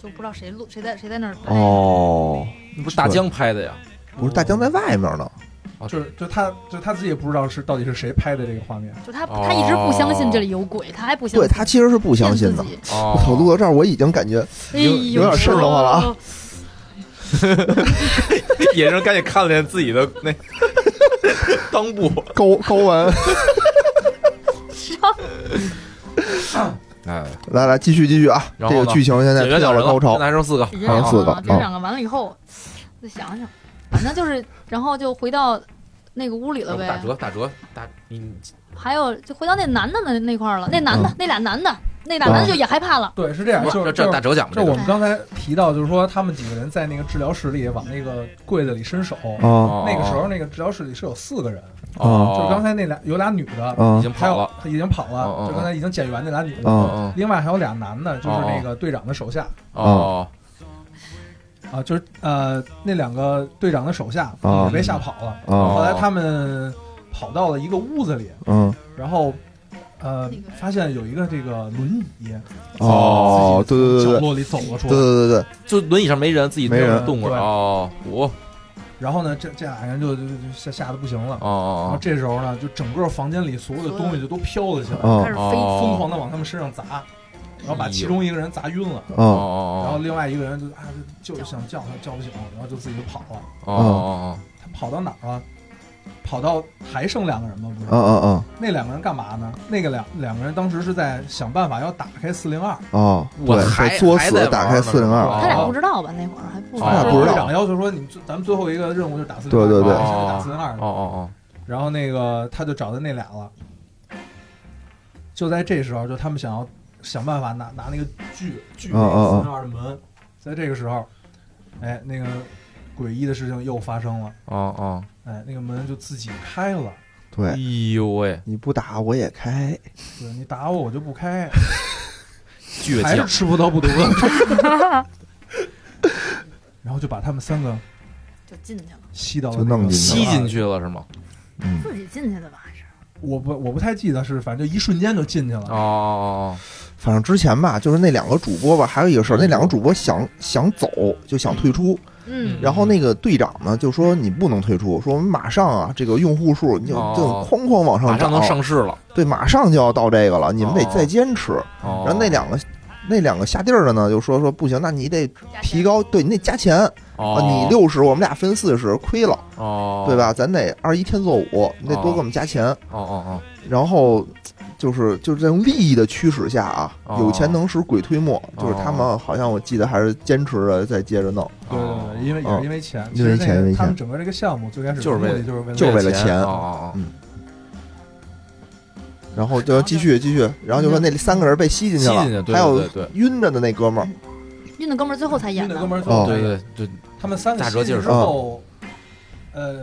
就不知道谁录谁在谁在那儿拍。
哦，
那不是大江拍的呀？
不是大江在外面呢，
就是就他就他自己也不知道是到底是谁拍的这个画面。
就他，他一直不相信这里有鬼，他还不相信，
哦对他其实是不相信的。
骗自己
哦
我录到这儿，我已经感觉
哎呦，
有点瘆得慌了啊！
野人赶紧看了眼自己的 那裆部，
高高完。
哎，
来来，继续继续啊！这
然后呢
个剧情现在
演员
跳
讲
了
人
高潮
现在。还剩四个，
人
好
两
啊
像四个
个，人
嗯
两个完了以后，再想想，反正就是，然后就回到那个屋里
呃
了
大
呗。
哲，大哲，大你
还有就回到那男的那那块儿了，那男的
嗯
那俩男的那俩男的就也害怕了，
对，是这样，就
这
是
这
就
大
是
哲讲吧，
就
这
我
个
们刚才提到，就是说他们几个人在那个治疗室里往那个柜子里伸手，
啊
哦
那个时候那个治疗室里是有四个人，
嗯
哦，
就是刚才那俩有俩女的，
已
啊
经
还
跑
有
了，
她已经跑
哦哦
了，
哦
就刚才已经减员那俩女的，
啊
嗯
另外还有俩男的，就是
哦哦
那个队长的手下
嗯哦
啊，就是呃那两个队长的手下
哦
也被吓跑了。
哦
啊
后来他们跑到了一个屋子里，
嗯
然后呃发现有一个这个轮椅
哦，对对对
角
对
落里走了出
对
来，
对对对，
就轮椅上没人，自己
没人
动过
对
哦，我
然后呢这这俩人就就就吓吓得不行了。
哦
然后
哦
这时候呢，就整个房间里所有的东西就都飘了起来，
啊
开始飞。
哦，
疯狂的往他们身上砸，然后把其中一个人砸晕了，
啊
哦哦
然后
哦
另外一个人就啊就就是想叫他叫不醒，然后就自己就跑了。
哦哦
他跑到哪儿了？跑到还剩两个人吗？不是，
啊啊
那两个人干嘛呢？那个两两个人当时是在想办法要打开四零二，
啊啊！
我
对
还
被作
还
死
在
打
玩
开
呢
四零二，
他俩
哦
不知道吧？那会儿还不知
他俩
道，
不知
队
道
长要求说你最咱们最后一个任务就是打四零
对
二，
对对
现在打四零二
哦，哦
然后那个他就找到那俩了。就在这时候，就他们想要想办法拿拿那个锯锯
嗯嗯嗯
四零二的门，在这个时候，哎，那个诡异的事情又发生了，
哦哦哦，
哎，那个门就自己开了。
哎
对，
呦喂，
你不打我也开，
对你打我，我就不开，
倔
还是
强，
吃葡萄不吐葡萄。 然后就把他们三个
就进去了，
吸到了
就弄
那个
进
吸
去
进。去了是吗？
嗯，
自己进去的吧？还是
我不我不太记得是，反正就一瞬间就进去了。
哦哦
反正之前吧，就是那两个主播吧，还有一个事儿，那两个主播想想走就想退出，
嗯，
然后那个队长呢就说你不能退出，说我们马上啊这个用户数你就
哦
就哐哐往
哦，马
上
上能
涨，
上市了。
对，马上就要到这个了，你们得
哦
再坚持。
哦，
然后那两个那两个下地儿的呢就说说不行，那你得提高，对你得加钱啊，
哦，
你六十我们俩分四十，亏了。
哦，
对？吧？咱得二十一天做五，你得多给我们加钱。
哦哦
然后就是就是在用利益的驱使下啊，
哦
有钱能使鬼推磨，
哦
就是他们好像我记得还是坚持着再接着弄，
哦，
对对对，因为也
哦
是因为钱，
因为钱
其实那个
因为钱
他们整个这个项目最开始
就是为
目的就是为了
就是为了
钱
钱
哦哦哦，
然后就要继续继续，然后就说那三个人被吸进去了，
吸进去对
还有
对对
晕着的那哥们儿，
运的哥们儿最后才
晕
演
的
的
哥，们儿
哦
对
对
对对，对
他们三个
大
吸
折劲
进
儿
之后，呃，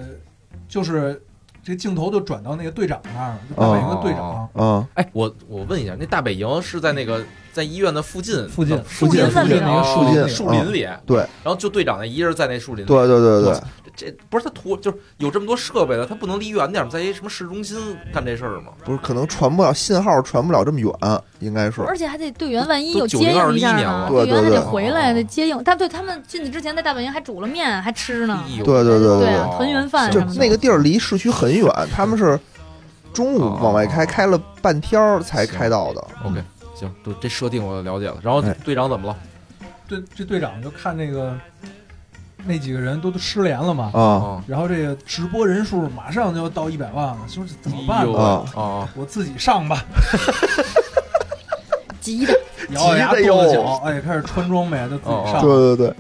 就是这镜头就转到那个队长那儿了，就扮演一个队长
哦，
嗯，
哎，我我问一下，那大本营是在那个在医院的附近
附近
树林子
附
里
近那个
哦
树林
附
里
近
树林里，
对
然后就队长那一人在那树林里，
对对对对，
这不是他图就是有这么多设备了，他不能离远点儿，在一什么市中心干这事儿吗？
不是可能传不了信号，传不了这么远，应该是
而且还得队员万一
都
有接
902
应一下
一年
呢
对
了，
队员还
对
得
对
回来
哦
得接应。但对他们进去之前，在大本营还煮了面，还吃呢
哎，呦
对对对
嗯对
对
啊，，
哦
团圆饭
就
什么的。
那个地儿离市区很远，他们是中午往外开，
哦
开了半天儿才
行
开到的。
OK，行，都这设定我了解了。然后
哎
队长怎么了？
队这队长就看那个那几个人都都失联了嘛，
啊
哦，
然后这个直播人数马上就要到一百万了，说这怎么办
哎呦
呢？
啊
哦哦，
我自己 上吧，
急的，
咬咬牙
急得
跺
哟
跺脚，哎，开始穿装备，就自己上。
啊
对对对，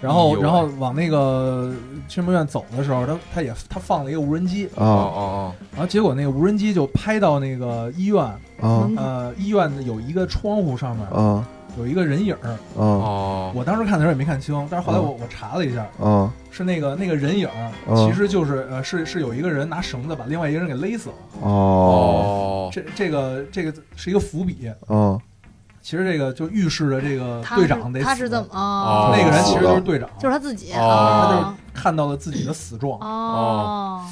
然后
哎呦
然后往那个驱魔院走的时候，他他也他放了一个无人机，
哦
啊
哦
然后结果那个无人机就拍到那个医院，
啊
哦
嗯
呃，医院的有一个窗户上面
啊
有一个人影儿，
啊
哦哦，
我当时看的时候也没看清，但是后来我我查了一下，
啊！
是那个那个人影儿，
嗯
哦
其实就是呃是是有一个人拿绳子把另外一个人给勒死了。
哦
哦，
这这个这个是一个伏笔，
哦
其实这个就预示着这个
他
队
是
长得
他
死
是怎么？
哦
那个人其实
死了
就是队长，
就是他自己
哦
哦
看到了自己的死状。
哦，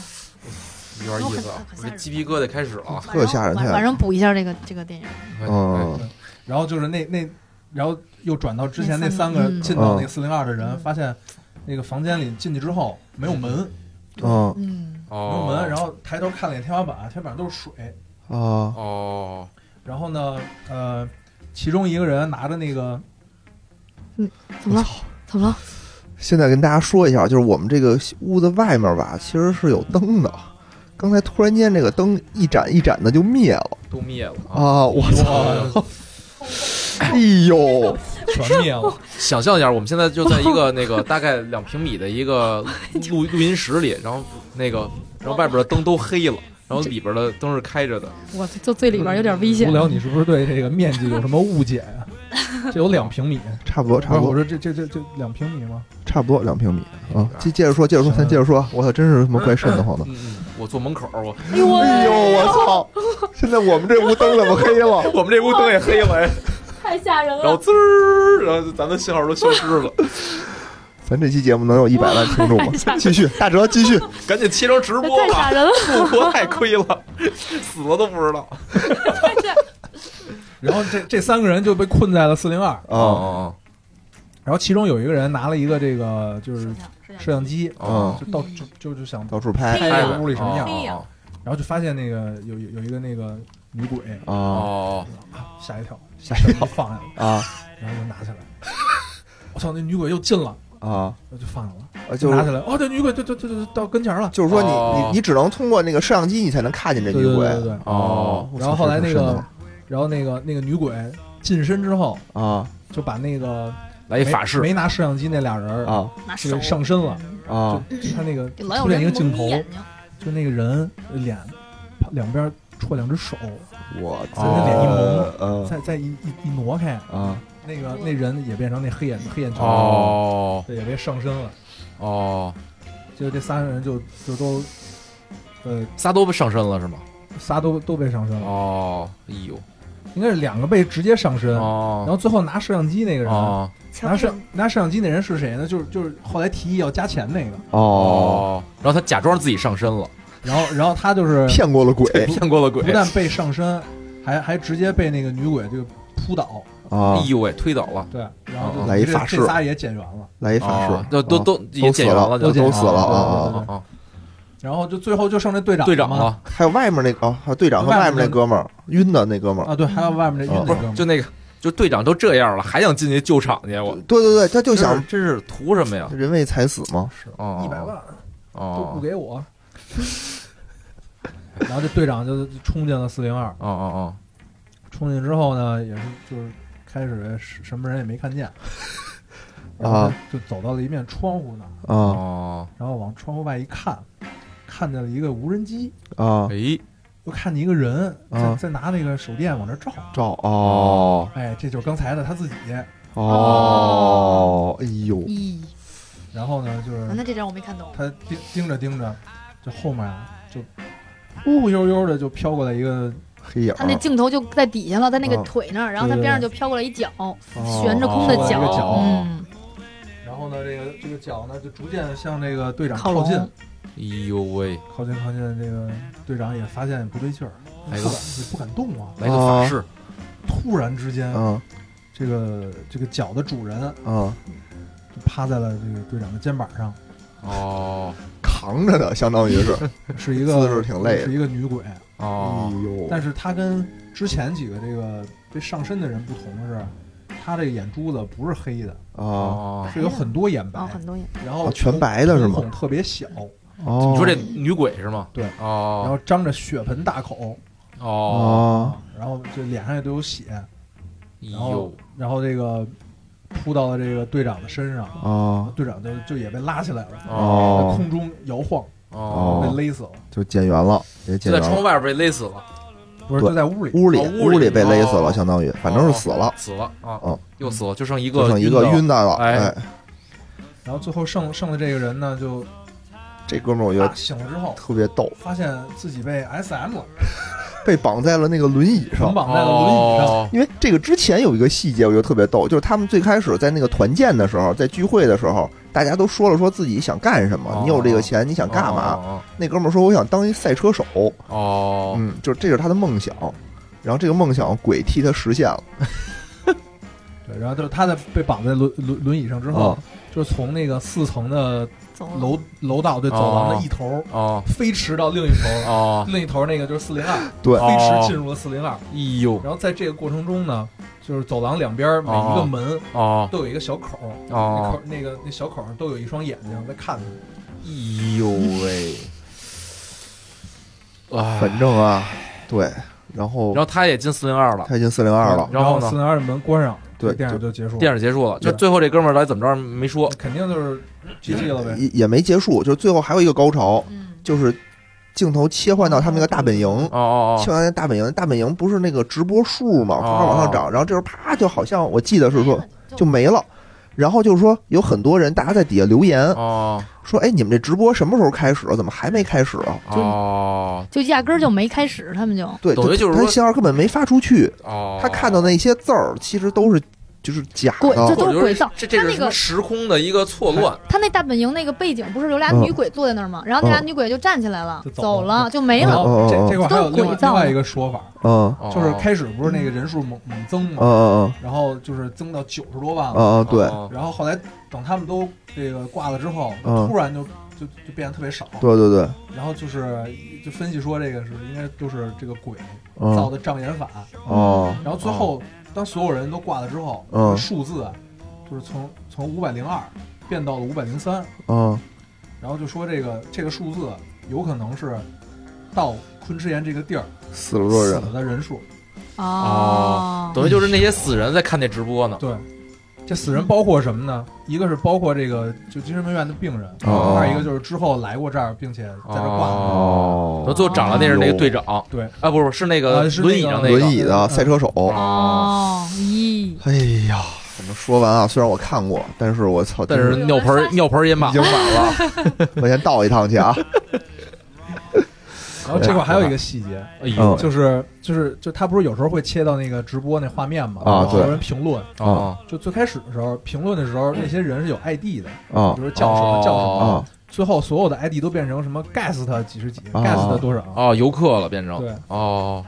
有点意思啊，
可可吓
我
人
这鸡皮疙瘩开始了啊。
特吓人
晚上
特吓人
晚上补一下这个这个电影，
哎
嗯
哎
然后就是那那，然后又转到之前那
那
三
三
个
个嗯
进到那个
嗯
四零二的人，
嗯
发现那个房间里进去之后没有门，
哦
嗯，
没有
哦，
门，然后抬头看了眼天花板，天花板都是水。
啊
哦
然后呢，呃，其中一个人拿着那个
怎么了？怎么了？
现在跟大家说一下，就是我们这个屋子外面吧，其实是有灯的。刚才突然间这个灯一盏一盏的就灭了
都灭了啊！
啊！我操！哎呦，
全灭了，
想象一下，我们现在就在一个那个大概两平米的一 个录录音室里，然后那个然后外边的灯都黑了，然后里边的灯是开着的。
我就最里边有点危险
无。聊，你是不是对这个面积有什么误解呀、这有两平米，
差不多，差不
我
多，
说这这这这两平米吗？
差不多两平米啊！接接着说，接着说，咱接着说，我操，真是他妈怪瘆得慌的！
嗯嗯，我坐门口，我
哎呦
哎呦，
喂，
我操！ 现在我们这屋灯怎么黑了？
我们这屋灯也黑 了，哎
太吓人
然后
了！
滋儿，然后咱的信号都消失 了，
咱这期节目能有一百万听众吗
太吓？人
继续，大哲继续。
赶紧切成直播
太吓
吧，
人了！
复活太亏了， 死了都不知道。
然后这这三个人就被困在了四零二，
啊
哦
然后其中有一个人拿了一个这个就是啊摄像机，
哦哦，
就到就就就想
到处拍
哎
拍
呀
着
屋里什么样啊
哎呀
哦
然后就发现那个有有有一个那个女鬼，
啊
哦
吓一跳，吓一跳放下了，
啊
然后就拿起来， 我操，那女鬼又进了，
啊！
我就放下了，
啊就
拿起来，哦，这女鬼就就就就到跟前了，
就是说你，你
哦
你只能通过那个摄像机，你才能看见这
对
女
对
鬼
对对对。
哦
我操
然后后来
这
那
太瘆得
个
慌，
然后那个那个女鬼近身之后，
啊
就把那个
来一
没
法式
没拿摄像机那俩人
啊
拿
这
手
个上身了，
啊
就他那个
嗯老
出
有
现
人
一个镜
蒙
头
你，眼睛，
就那个人脸两边戳两只手，
我
咱这脸一
蒙
再再一一一挪开，
啊
那个那人也变成那黑眼黑眼圈了，
哦
对，也被上身了。
哦，
就这仨人就就都，呃，
仨都上身了是吗？
仨都都被上身了，
哦，哎呦，
应该是两个被直接上身，然
哦
后最后拿摄像机那个人，
哦
拿
瞧
摄拿摄像机那人是谁呢？就是就是后来提议要加钱那个，
哦，
哦，然后他假装自己上身了，哎
然后然后他就是
哎骗过了鬼
骗过了鬼
不。但被上身，还还直接被那个女鬼就扑倒，
啊
哎，呦喂，推倒了，
对，然后就
来一
这
法式
这仨也减员了，
来一法
哦
术，，
都都
啊
都也
死
减员
了，
了，就
都
都
死了啊
减员
啊！
了
啊
啊！
然后就最后就剩那队长
哦队长
嘛，
吗？
还有外面那个哦，还有队长和
外
外
面
面那哥们儿晕的那哥们儿，
啊对，还有外面那
啊
晕
不
那哥
是，
们
哦就
儿，
那个，就队长都这样了，还想进去救场去？我
对对对，他就
就
想
真是图什么呀？
人为财死嘛，
哦，
一百万都不
哦
给我。然后这队长就就冲进了四零二，
哦哦
冲进之后呢，也是就是开始什么人也没看见，然后
啊
就走到了一面窗户那儿，
哦
啊
哦，
然后往窗户外一看，看见了一个无人机，
啊
哎，
又看见一个人在
啊
在拿那个手电往那照，
照哦
哎，这就是刚才的他自己。
哦，哎呦
咦，
然后呢，就是
啊那这张我没看懂。
他盯盯着盯着，就后面啊，就忽悠悠的就飘过来一个，
黑影儿，啊
他那镜头就在底下了，在那个腿那儿，然后他边上就飘过来一脚，
哦
悬着空的脚
哦一个脚，
嗯，
然后呢，这个这个脚呢就逐渐向这个队长
靠
靠
拢
近，
哎呦喂，
靠近靠近，这个队长也发现不对劲儿，
哎
来
不
个
敢也不敢动啊。
来个法式，
突然之间，
嗯
这个这个脚的主人
嗯啊
就趴在了这个队长的肩膀上，
哦，
扛着的，相当于是。
是一个
姿势挺累的
是一个女鬼。
哦，
哎呦
但是她跟之前几个这个被上身的人不同的是，她这眼珠子不是黑的，
啊，
哦，
是有很多眼白
啊，，很多眼，
然后
啊全白的是吗
瞳孔特别小，
哦，
你说这女鬼是吗？
对然
哦
后张着血盆大口，
哦，
哦，
然后这脸上也都有血，
哎
然后
呦，
然后这个扑到了这个队长的身上，
哦
队长就就也被拉起来了，在
哦，
空中摇晃，被
哦，
勒死了，
就减员了，也
就
减
在
员
窗户
了。
外边被勒死了，
不是
对
就在屋里，
屋里
哦屋里
里被勒死
哦
了，相当于反正是死了
哦，死了啊
嗯，
又死了，就剩一
就
个
剩一个
晕
晕的了。
哎
哎，
然后最后剩剩的这个人呢，就
这哥们儿我觉
啊
得
醒了之后，
特别逗，
发现自己被 SM 了，
被绑在了那个轮椅上
捆。绑在了轮椅上，
哦，
因为这个之前有一个细节，我觉得特别逗，就是他们最开始在那个团建的时候，在聚会的时候，大家都说了说自己想干什
哦
么，你有这个钱你 想干嘛？
哦？
那哥们儿说我想当一赛车手，
哦，
嗯，就是这是他的梦想，然后这个梦想鬼替他实现了
对，然后就是他在被绑在轮轮轮椅上之
哦
后，
啊，
就是从那个四层的
走了。
楼楼道对走廊的一头、
嗯
哦
飞驰到另一头，
哦，
另一头那个就是四零二，
对
飞驰进入了四零二。
哎呦，
然后在这个过程中呢，就是走廊两边每一个门
哦
都有一个小口，那
哦
口，那个那小口上都有一双眼睛在看他。
哎呦喂，啊，
反正啊，对，然后
然后啊他也进四零二了，
他已经四零二了，
然后呢
四零二的门关上，
对
这电影就结束了。
电影结束了，就
对
最后这哥们儿来怎么着没说，
肯定就是 GG 了呗。
也也没结束，就是最后还有一个高潮，
嗯，
就是镜头切换到他们那个大本营
哦。哦
切换到大本营，大本营不是那个直播数嘛，
哦
不断往上涨，然后这时候啪，就好像我记得是说就没了。然后就是说，有很多人大家在底下留言
哦哦
说：“哎，你们这直播什么时候开始？怎么还没开始啊
哦
就压根儿就没开始，他们就？”
对，
等于就是
他
说
他信号根本没发出去，
哦，
他看到那些字儿其实都是就是假
鬼这
的。
或者
都是
就是
轨道
这这
他
是
那
什么
个
时空的一个错乱，
他那大本营那个背景不是有俩女鬼坐在那儿吗？然后那俩女鬼就站起来了，
就走
走
了
了就没
然
了。
后
哦哦
这
哦
这块还有另外
都是轨道
另
的
外一个说法，
嗯
哦
就是开始不是那个人数猛猛增
嗯
嘛，
嗯
然后就是增到九十多万
嗯
了，
嗯，对
哦
然后后来等他们都这个挂了之后，
嗯
突然就就就变得特别少，
对对对，
然后就是就分析说这个是应该就是这个鬼
嗯
造的障眼法，
哦
然后最后当所有人都挂了之后，
嗯
这个数字啊就是从从五百零二变到了五百零三，
嗯
然后就说这个这个数字有可能是到昆池岩这个地儿
死了多
死
少人？
了的人数，
哦等于就是那些死人在看那直播呢，
对。这死人包括什么呢？一个是包括这个就精神病院的病人，
哦
二一个就是之后来过这儿并且在这儿挂的人。
哦，最后长了那是那个队长，
对，
啊，不是是那个
啊是那个
轮椅上那
轮
个，
椅的
嗯
赛车手。
哦，咦，
哎呀，怎么说完啊？虽然我看过，但是我操，
但
真
是尿盆儿尿盆儿也
已
满
经
了，
晚了，我先倒一趟去 啊。
然后这块还有一个细节，
哎
嗯
呦，
就是就是就他不是有时候会切到那个直播那画面嘛，
啊
然后
对
有人评论，
嗯
哦
就最开始的时候评论的时候那些人是有 ID 的，
啊
比如叫什么叫什么，
啊
哦
最后所有的 ID 都变成什么 guest 几十几
啊
，guest 多少，
哦，游客了变成，
对
哦，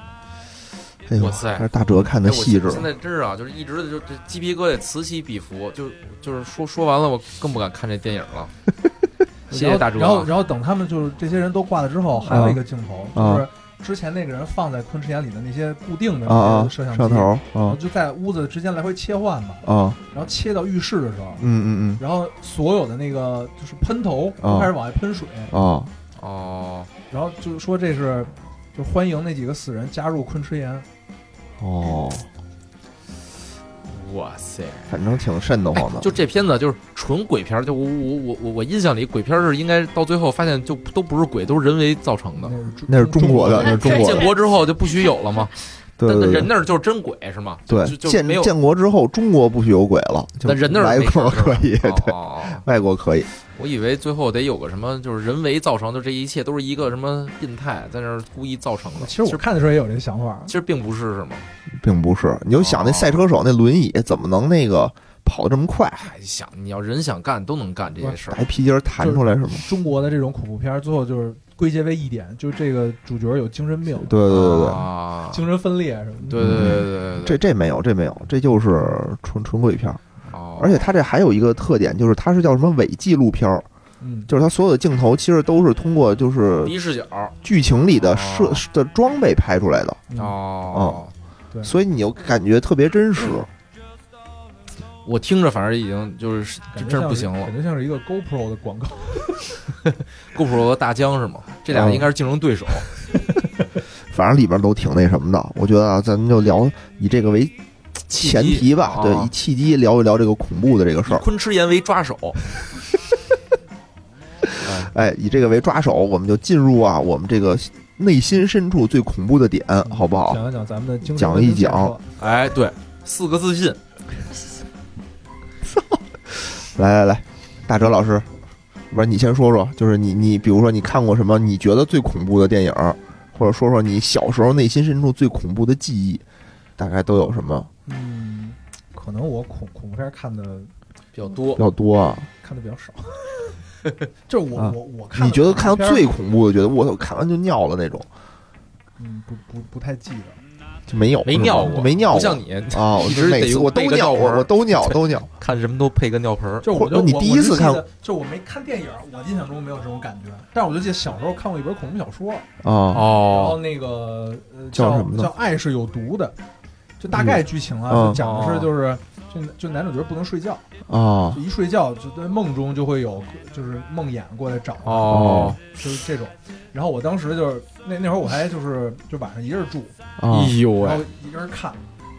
哎呦，
哇塞
还是大哲看的
哎我
细致
现。在真是啊，就是一直就这鸡皮疙瘩此起彼伏，就就是说说完了，我更不敢看这电影了。谢谢大啊主
然后然后然后等他们就是这些人都挂了之后，还有一个镜头
啊
就是之前那个人放在昆池岩里的那些固定的
啊
那
啊，
些摄像
上
机，然
头
后
啊
就在屋子之间来回切换嘛，
啊，
然后切到浴室的时候，
嗯嗯
然后所有的那个就是喷头
啊
开始往外喷水，
嗯啊
哦
然后就是说这是就欢迎那几个死人加入昆池岩，
哦，
哇塞！哎
反正挺瘆得慌的。
就这片子就是纯鬼片儿，就我我我我我印象里鬼片儿是应该到最后发现就都不是鬼，都是人为造成的。
那是中国的，那
那
是
是
中
中
国
国
的
建
的，
国之后就不许有了吗？
对
哎但
对
那
对
人。那儿就是真鬼是吗？
对
就，就
建
没有
建国之后，中国不许有鬼了，就
那人那儿
外
没事
国
儿
可以，
哦
对，
哦哦
外国可以，
我以为最后得有个什么，就是人为造成的，这一切都是一个什么变态在那儿故意造成的。
其实我看的时候也有这想法
其，实并不是是吗？
并不是。你就想那
哦
赛车手那轮椅怎么能那个跑得这么快？
哎，想你要人想干都能干这些事儿
打一皮筋儿弹出来是吗？
中国的这种恐怖片儿最后就是归结为一点，就是这个主角有精神病、
对对对对，
啊！
精神分裂什么的。
对对对对对
这
对，
这没有，这没有，这就是纯纯鬼片儿。
哦
而且它这还有一个特点，就是它是叫什么伪纪录片儿，
嗯，
就是它所有的镜头其实都是通过就是
第一视角
剧情里的设
哦
的装备拍出来的，
嗯，
哦，
对，
所以你就感觉特别真实。
我听着反正已经就是
感
这真
觉
是
像
不
是
行了
感。觉像是一个 GoPro 的广告。
GoPro 和大疆是吗？这俩
嗯
应该是竞争对手。
反正里边都挺那什么的。我觉得啊，咱们就聊以这个为
契机
前提吧，对，以
啊
契机聊一聊这个恐怖的这个事
以
儿。
昆池岩为抓手。哎
哎，以这个为抓手，我们就进入啊，我们这个内心深处最恐怖的点，
嗯
好不好？
嗯讲一讲咱们的精神
讲
文
一
明建
讲
设，
哎，对，四个自信。
来来来，大哲老师，不是你先说说，就是你你比如说你看过什么你觉得最恐怖的电影，或者说说你小时候内心深处最恐怖的记忆，大概都有什么
嗯，可能我恐恐怖片看的
比较多
比，较多啊？
看的比较少， 就是我、
啊
我我看的
你觉得
恐
看到
怖片儿
最恐怖的，觉得我操，看完就尿了那种，
嗯不不不太记得，
就没有
没
是吗
尿过，
没尿
不
过，
像你
啊，我
一
就
直
每
得
次
有
我都
备个
尿，
尿盆
我
儿
我都尿，都 尿。
看什么都配个尿盆儿。
就是我
或哦
就
你
我
第
我
一
就
次
记
看
得就我没看电影儿，我印象中没有这种感觉，但是我就记得小时候看过一本恐怖小说，
啊
然后
哦，
那个呃
叫
叫
什么呢
叫爱是有毒的，就大概剧情啊，
嗯
就讲的
哦
是就是。就就男主角不能睡觉，
啊
就一睡觉就在梦中就会有，就是梦魇过来找他
哦，
就是这种。然后我当时就是那那会儿我还就是就晚上一个人住，
啊！
哎呦
然
喂
后，一个人看，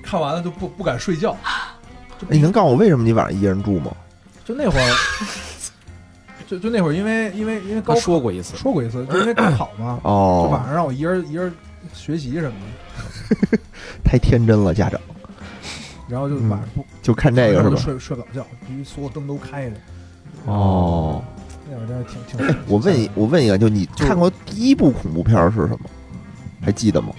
看完了就不不敢睡觉，就
哎你能告诉我为什么你晚上一个人住吗？
就 那会儿，就就那会儿因为因为因为高
他
考
说过一次，
说过一次，就因为高考嘛，就晚
啊哦，
上让我一人一人学习什么的，
太天真了，家长
然后就晚上不
就看这个是
就
吧？
睡睡不了觉，必须所有灯都开着。
哦，
那会儿真是挺挺
哎，我问你，我问一个，就你
是
看过第一部恐怖片是什么？还记得吗？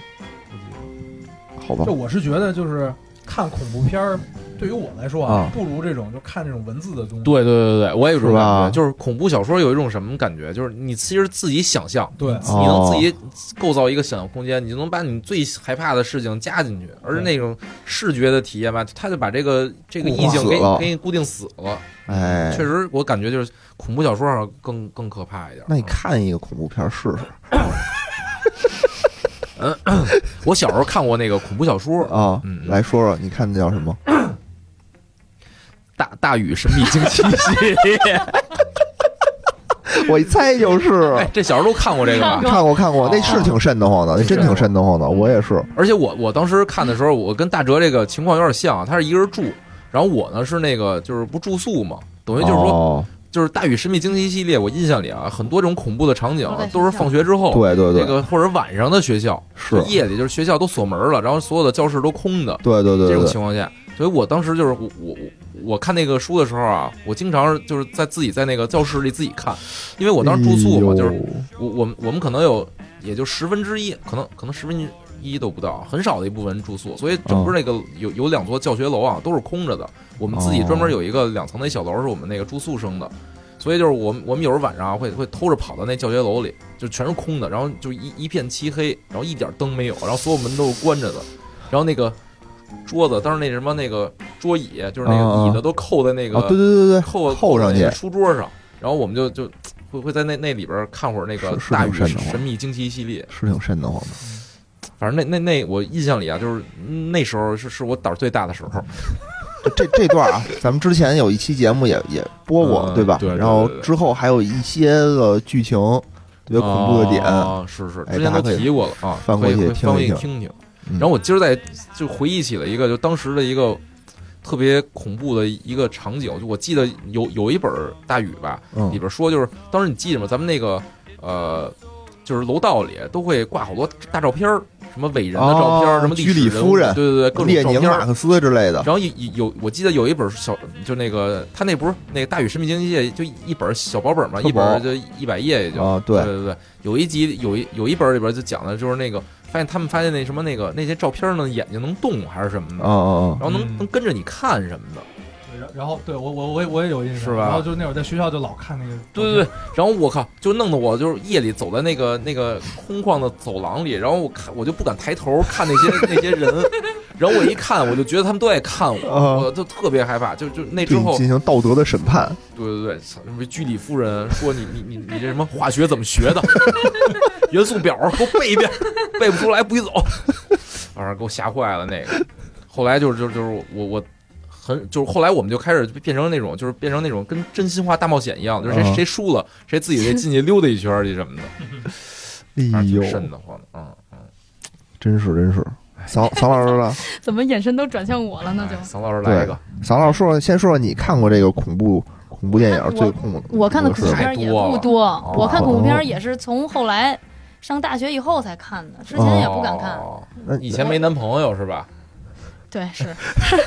好吧
就，我是觉得就是看恐怖片儿，对于我来说
啊
啊，不如这种就看这种文字的东西。
对对对对，我也有这种
是
感
吧
觉，就是恐怖小说有一种什么感觉，就是你其实自己想象，
对
你能自己构造一个想象空间，你就能把你最害怕的事情加进去，而是那种视觉的体验吧，他就把这个这个意境给
固化死
你
了
给你固定死了。
哎，
确实，我感觉就是恐怖小说上更更可怕一点。
那你看一个恐怖片试试
我小时候看过那个恐怖小说 《
啊
嗯？
来说说，你看那叫什么？
大大禹神秘惊 奇》系列，
我一猜就是。
哎，这小时候都看过这个吧？
看过看
哦
过，那是挺瘆得慌的，那真挺瘆得慌的。我也是，
而且我我当时看的时候，我跟大哲这个情况有点像，啊他是一个人住，然后我呢是那个就是不住宿嘛，等于就是说
哦，
就是《大禹神秘惊奇》系列，我印象里啊，很多这种恐怖的场景
哦都
都
在学校
是放学之后，
对对
哦
对，
这个或者晚上的学校，
是
就夜里就是学校都锁门了，然后所有的教室都空的，
对对对
这种
对，
情况下，所以我当时就是我我我我看那个书的时候啊，我经常就是在自己在那个教室里自己看，因为我当时住宿嘛，
哎呦
就是我我们我们可能有也就十分之一，可能可能十分之一都不到，很少的一部分人住宿，所以整
嗯
个那个有有两座教学楼啊都是空着的。我们自己专
哦
门有一个两层的一小楼是我们那个住宿生的，所以就是我们我们有时候晚上啊会会偷着跑到那教学楼里，就全是空的，然后就一一片漆黑，然后一点灯没有，然后所有门都是关着的，然后那个桌子，当时那什么那个桌椅就是那
啊啊
个椅子都扣在那个
哦，对对对对，
扣
扣上去
那个书桌上，然后我们就就会会在那那里边看会儿那个
是是
大禹
挺瘆得慌
神秘惊奇系列，
是挺瘆得慌的。
反正那那那我印象里啊，就是嗯那时候是是我胆儿最大的时候，
这这段啊，咱们之前有一期节目也也播过，
嗯
对吧？
对对
然后
对对
之后还有一些个剧情特别恐怖的点，
啊，是是，
哎
之前
大家
都
可以
提过了啊，
翻过
可以
去
可以
听
翻过
一
去
听
听听。
嗯
然后我今儿在就回忆起了一个，就当时的一个特别恐怖的一个场景，就我记得有有一本儿大禹吧，里
嗯，
边说就是当时你记着吗？咱们那个呃，就是楼道里都会挂好多大照片儿，什么伟人的照片儿，
哦
什么历
居
史
里
人
夫
物
人
对对对，各
列
种照
宁、
片
马
儿。
克思之类的
然，后有有，我记得有一本小，就那个他那不是那个《大禹神秘经记》，就一本小薄本嘛，
特
一
薄
本就一百页也就。
啊，
对
对，
对对，有一集有一有一本里边就讲的就是那个，发现他们发现那什么那个那些照片呢，眼睛能动还是什么的，
啊啊啊，
然后能、
嗯
能跟着你看什么的。
然然后对我我我也我也有印象，
是吧
然后就那会儿在学校就老看那个，
对对对，，然后我靠，就弄得我就是夜里走在那个那个空旷的走廊里，然后我看我就不敢抬头看那些那些人，然后我一看，我就觉得他们都在看
啊
我，我就特别害怕。就就那之
对你
后，
进行道德的审判。哎
对对对，操什么居里夫人说你你你你这什么化学怎么学的？ 元素表给我背一遍，背不出来不许走。啊，给我吓坏了那个。后来就是就是就是我我很就是后来我们就开始变成那种就是变成那种跟真心话大冒险一样，就是谁、
啊
谁输了谁自己得进去溜达一圈儿去什么的，
哎
反正
呦
挺，瘆得慌的。嗯嗯，
真是真是。桑桑老师呢？
怎么眼神都转向我了呢？就
哎桑老师来一个，
桑老师说，先说说你看过这个恐怖恐怖电影
我
最恐怖
我看的恐
是
怖片儿也不多，我看恐怖片儿也是从后来上大学以后才看的，之前也不敢看。
哦
那
以前没男朋友是吧？
对，是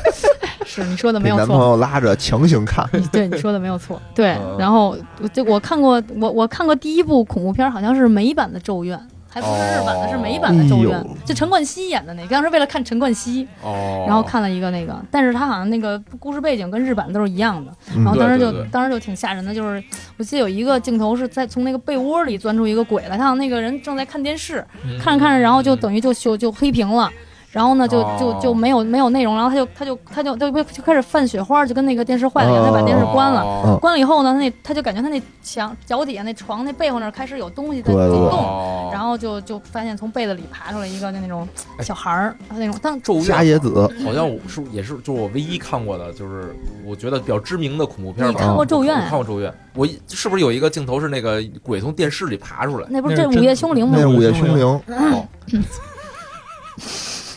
是，你说的没
被
有
男朋
错。
友拉着强行看，
你 对你说的没有错，对
嗯。
然后我就我看过，我我看过第一部恐怖片儿，好像是美版的《咒怨》，还不是日版的，
哦
是美版的《咒怨
哎》呦，
就陈冠希演的那个。当时为了看陈冠希，
哦，
然后看了一个那个，但是他好像那个故事背景跟日版都是一样的，
嗯
然后当时就
对对对
当时就挺吓人的，就是我记得有一个镜头是在从那个被窝里钻出一个鬼来，他好像那个人正在看电视，
嗯
看着看着，然后就等于就就就黑屏了。然后呢，就就
哦
就没有没有内容，然后他就他就他就就就就开始泛雪花，就跟那个电视坏了一样，他把电视关了，
嗯
哦
关了以后呢，他那他就感觉他那墙脚底下那床那背后那儿开始有东西在
对对
动，
对
哦
然后就就发现从被子里爬出来一个就那种小孩儿，然后那种当
咒怨
瞎野子
好像我是也是，就是我唯一看过的，就是我觉得比较知名的恐怖片吧。
你看过咒怨
我看过《咒怨》，我一是不是有一个镜头是那个鬼从电视里爬出来？
那不是
那
这
是
午
真
夜凶铃吗
那？是
我
午夜
凶
凶铃
嗯
哦，